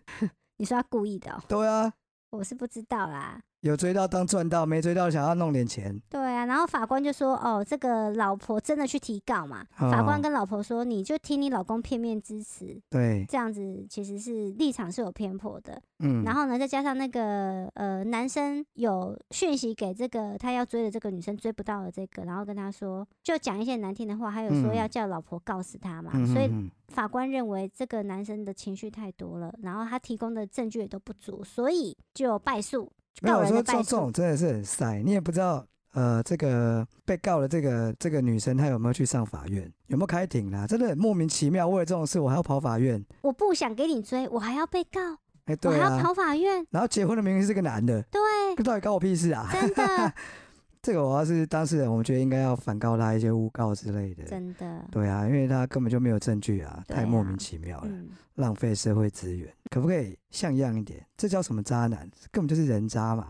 [SPEAKER 2] 你说他故意的、哦，
[SPEAKER 1] 对啊，
[SPEAKER 2] 我是不知道啦。
[SPEAKER 1] 有追到当赚到，没追到想要弄点钱，
[SPEAKER 2] 对啊，然后法官就说：“哦，这个老婆真的去提告嘛？”法
[SPEAKER 1] 哦
[SPEAKER 2] 官跟老婆说：“你就听你老公片面之词，
[SPEAKER 1] 对，
[SPEAKER 2] 这样子其实是立场是有偏颇的。
[SPEAKER 1] 嗯，
[SPEAKER 2] 然后呢，再加上那个呃男生有讯息给这个他要追的这个女生追不到的这个，然后跟他说就讲一些难听的话，还有说
[SPEAKER 1] 嗯
[SPEAKER 2] 要叫老婆告死他嘛，
[SPEAKER 1] 嗯
[SPEAKER 2] 所以
[SPEAKER 1] 嗯嗯
[SPEAKER 2] 法官认为这个男生的情绪太多了，然后他提供的证据也都不足，所以就有败诉，
[SPEAKER 1] 没有
[SPEAKER 2] 告
[SPEAKER 1] 我
[SPEAKER 2] 人
[SPEAKER 1] 说
[SPEAKER 2] 的
[SPEAKER 1] 这
[SPEAKER 2] 败
[SPEAKER 1] 这
[SPEAKER 2] 诉。
[SPEAKER 1] 种真的是很晒，你也不知道呃，这个被告的这个这个女生她有没有去上法院，有没有开庭啦、真的很莫名其妙，为了这种事我还要跑法院，
[SPEAKER 2] 我不想给你追，我还要被告，
[SPEAKER 1] 哎、
[SPEAKER 2] 我还
[SPEAKER 1] 对
[SPEAKER 2] 要
[SPEAKER 1] 啊，
[SPEAKER 2] 跑法院，
[SPEAKER 1] 然后结婚的明明是个男的， [laughs]
[SPEAKER 2] 对，
[SPEAKER 1] 到底关我屁事
[SPEAKER 2] [laughs]
[SPEAKER 1] 啊？
[SPEAKER 2] 真的，
[SPEAKER 1] 这个我要是当事人，我们觉得应该要反告他一些诬告之类的。
[SPEAKER 2] 真的，
[SPEAKER 1] 对啊，因为他根本就没有证据啊，
[SPEAKER 2] 对
[SPEAKER 1] 太莫
[SPEAKER 2] 啊
[SPEAKER 1] 名其妙了，
[SPEAKER 2] 嗯，
[SPEAKER 1] 浪费社会资源。可不可以像样一点？这叫什么渣男？根本就是人渣嘛，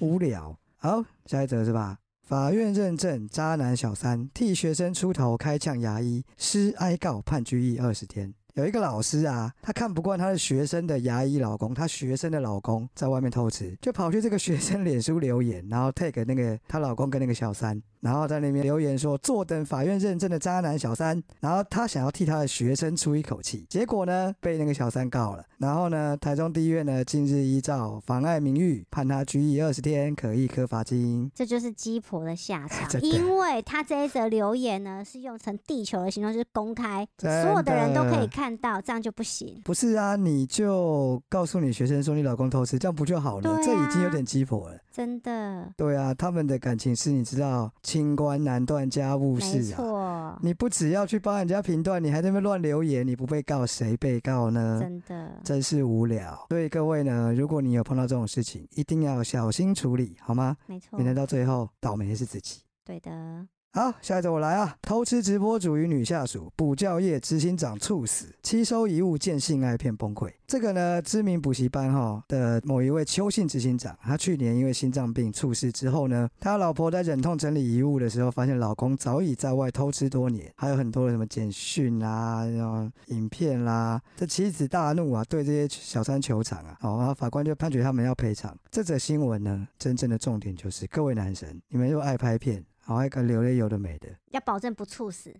[SPEAKER 1] 无聊。好，下一则是吧？法院认证渣男小三替学生出头开呛牙医，施哀告判拘役二十天。有一个老师啊，他看不惯他的学生的牙医老公，他学生的老公在外面偷吃，就跑去这个学生脸书留言，然后 take 那个她老公跟那个小三，然后在那边留言说坐等法院认证的渣男小三，然后他想要替他的学生出一口气，结果呢被那个小三告了，然后呢台中地院呢近日依照妨碍名誉判他拘役二十天，可一科罚金。
[SPEAKER 2] 这就是鸡婆的下场
[SPEAKER 1] 啊真，的
[SPEAKER 2] 因为他这一则留言呢是用成地球的形状，就是公开，所有
[SPEAKER 1] 真
[SPEAKER 2] 的人都可
[SPEAKER 1] 的
[SPEAKER 2] 以看到，这样就不行。
[SPEAKER 1] 不是啊，你就告诉你学生说你老公偷吃，这样不就好了？
[SPEAKER 2] 对啊
[SPEAKER 1] 这已经有点鸡婆了。
[SPEAKER 2] 真的，
[SPEAKER 1] 对啊，他们的感情是你知道，清官难断家务
[SPEAKER 2] 没
[SPEAKER 1] 事啊。
[SPEAKER 2] 错，
[SPEAKER 1] 你不只要去帮人家评断，你还在那边乱留言，你不被告谁被告呢？
[SPEAKER 2] 真的，
[SPEAKER 1] 真是无聊。所以各位呢，如果你有碰到这种事情，一定要小心处理，好吗？
[SPEAKER 2] 没错
[SPEAKER 1] 免，得到最后倒霉的是自己。
[SPEAKER 2] 对的，
[SPEAKER 1] 好，下一则我来啊！偷吃直播主与女下属，补教业执行长猝死，七收遗物见性爱片崩溃。这个呢，知名补习班哈、的某一位邱姓执行长，他去年因为心脏病猝死之后呢，他老婆在忍痛整理遗物的时候，发现老公早已在外偷吃多年，还有很多的什么简讯啊、那种影片啦、这妻子大怒啊，对这些小三求偿啊，好、然后法官就判决他们要赔偿。这则新闻呢，真正的重点就是各位男生，你们又爱拍片。好，还敢留了有的没的， [laughs]
[SPEAKER 2] 要保证不猝死，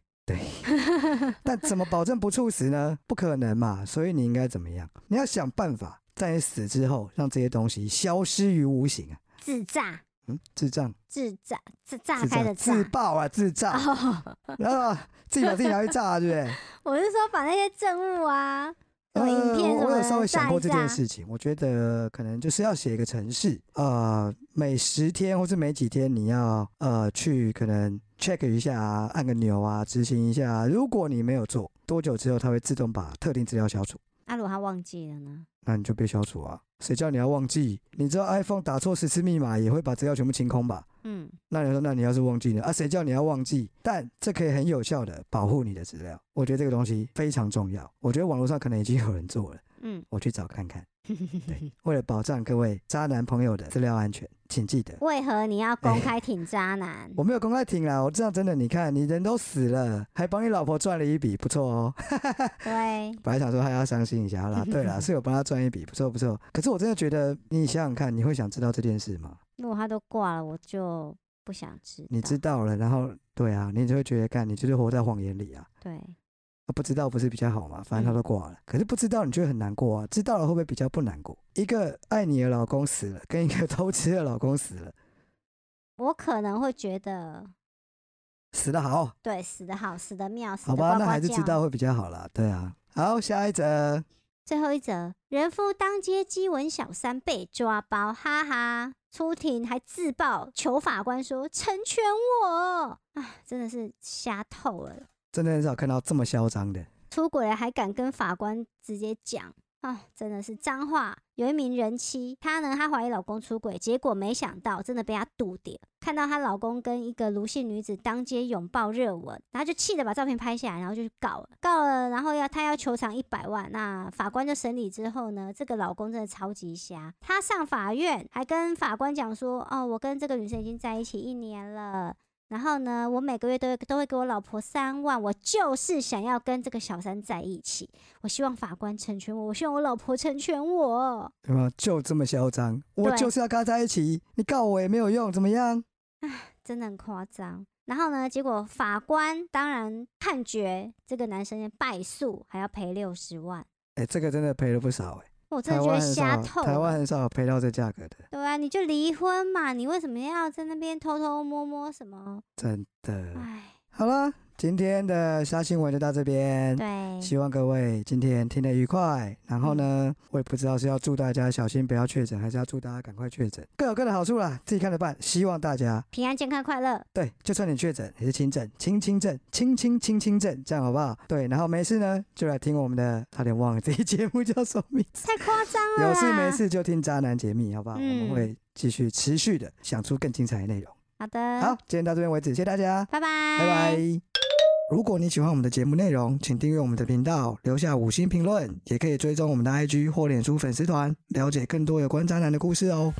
[SPEAKER 1] 但怎么保证不猝死呢？不可能嘛，所以你应该怎么样？你要想办法在你死之后让这些东西消失于无形啊！
[SPEAKER 2] 自炸，
[SPEAKER 1] 嗯，智障，
[SPEAKER 2] 自炸，自炸
[SPEAKER 1] 智
[SPEAKER 2] 开的
[SPEAKER 1] 障，
[SPEAKER 2] 炸。
[SPEAKER 1] 自爆啊，自炸，
[SPEAKER 2] 哦，
[SPEAKER 1] 然后自己把自己拿去炸、啊，对不对？
[SPEAKER 2] 我是说把那些证物啊，什么影片
[SPEAKER 1] 呃、
[SPEAKER 2] 什
[SPEAKER 1] 我我
[SPEAKER 2] 么
[SPEAKER 1] 有稍微
[SPEAKER 2] 的
[SPEAKER 1] 想
[SPEAKER 2] 炸
[SPEAKER 1] 过
[SPEAKER 2] 一
[SPEAKER 1] 这件
[SPEAKER 2] 炸，
[SPEAKER 1] 事情，我觉得可能就是要写一个程式，呃，每十天或是每几天你要呃去可能 check 一下、啊，按个钮啊，执行一下啊、如果你没有做，多久之后它会自动把特定资料消除。
[SPEAKER 2] 阿啊鲁他忘记了呢。
[SPEAKER 1] 那你就被消除啊！谁叫你要忘记？你知道 iPhone 打错十次密码也会把资料全部清空吧？
[SPEAKER 2] 嗯，
[SPEAKER 1] 那你说，那你要是忘记呢？啊，谁叫你要忘记？但这可以很有效的保护你的资料，我觉得这个东西非常重要。我觉得网络上可能已经有人做了，
[SPEAKER 2] 嗯， [laughs]
[SPEAKER 1] 我去找看看。对，为了保障各位渣男朋友的资料安全，请记得，
[SPEAKER 2] 为何你要公开挺渣男？
[SPEAKER 1] [laughs] 我没有公开挺啦，我知道真的，你看你人都死了，还帮你老婆赚了一笔，不错哦。 [laughs]
[SPEAKER 2] 对，
[SPEAKER 1] 本来想说还要伤心一下啦，对啦，是有帮他赚一笔，不错不错。可是我真的觉得，你想想看，你会想知道这件事吗？
[SPEAKER 2] 如果他都挂了，我就不想知道。
[SPEAKER 1] 你知道了，然后对啊，你就会觉得，干你就是活在谎言里啊。
[SPEAKER 2] 对，
[SPEAKER 1] 啊不知道不是比较好吗？反正他都挂了，可是不知道你就会很难过啊。知道了会不会比较不难过？一个爱你的老公死了，跟一个偷吃的老公死了，
[SPEAKER 2] 我可能会觉得，
[SPEAKER 1] 死的好，
[SPEAKER 2] 对，死的好，死的妙，死
[SPEAKER 1] 好
[SPEAKER 2] 的
[SPEAKER 1] 吧，
[SPEAKER 2] 呱
[SPEAKER 1] 那
[SPEAKER 2] 呱
[SPEAKER 1] 还是知
[SPEAKER 2] 叫
[SPEAKER 1] 道会比较好啦。对啊，好，下一则，
[SPEAKER 2] 最后一则，人夫当街激吻小三被抓包，哈哈！出庭还自爆，求法官说成全我。哎，真的是瞎透了，
[SPEAKER 1] 真的很少看到这么嚣张的。
[SPEAKER 2] 出轨了还敢跟法官直接讲。啊，真的是脏话！有一名人妻，她呢，她怀疑老公出轨，结果没想到真的被她堵点，看到她老公跟一个卢姓女子当街拥抱热吻，然后就气得把照片拍下来，然后就去告了，告了，然后要她要求偿一百万。那法官就审理之后呢，这个老公真的超级瞎，他上法院还跟法官讲说，哦，我跟这个女生已经在一起一年了。然后呢，我每个月都会都会给我老婆三万，我就是想要跟这个小三在一起。我希望法官成全我，我希望我老婆成全我。
[SPEAKER 1] 对吗？就这么嚣张，我
[SPEAKER 2] 对
[SPEAKER 1] 就是要跟他在一起，你告我也没有用，怎么样？
[SPEAKER 2] 真的很夸张。然后呢，结果法官当然判决这个男生败诉，还要赔六十万。
[SPEAKER 1] 哎、这个真的赔了不少哎、
[SPEAKER 2] 我真
[SPEAKER 1] 台
[SPEAKER 2] 的觉得
[SPEAKER 1] 湾很
[SPEAKER 2] 瞎
[SPEAKER 1] 少，
[SPEAKER 2] 透
[SPEAKER 1] 台湾
[SPEAKER 2] 了。
[SPEAKER 1] 很少赔到这价格的，
[SPEAKER 2] 对啊，你就离婚嘛，你为什么要在那边偷偷摸摸什么？
[SPEAKER 1] 真的。
[SPEAKER 2] 哎，
[SPEAKER 1] 好了，今天的杀新闻就到这边。
[SPEAKER 2] 对，
[SPEAKER 1] 嗯希望各位今天听得愉快，然后
[SPEAKER 2] 嗯
[SPEAKER 1] 呢，我也不知道是要祝大家小心不要确诊，还是要祝大家赶快确诊，各有各的好处啦，自己看着办。希望大家
[SPEAKER 2] 平安、健康、快乐。
[SPEAKER 1] 对，就算你确诊也是轻症，轻轻症，轻轻轻轻症，这样好不好？对，然后没事呢，就来听我们的，差点忘了这一节目叫什么名字，
[SPEAKER 2] 太夸张了啦！
[SPEAKER 1] 有事没事就听渣男解密，好不好？我
[SPEAKER 2] 嗯
[SPEAKER 1] 们会继续持续的想出更精彩的内容。
[SPEAKER 2] 好的，
[SPEAKER 1] 好，，今天到这边为止，谢谢大家。
[SPEAKER 2] 拜拜，
[SPEAKER 1] 拜拜。如果你喜欢我们的节目内容，请订阅我们的频道，留下五星评论，也可以追踪我们的 IG 或脸书粉丝团，了解更多有关渣男的故事哦。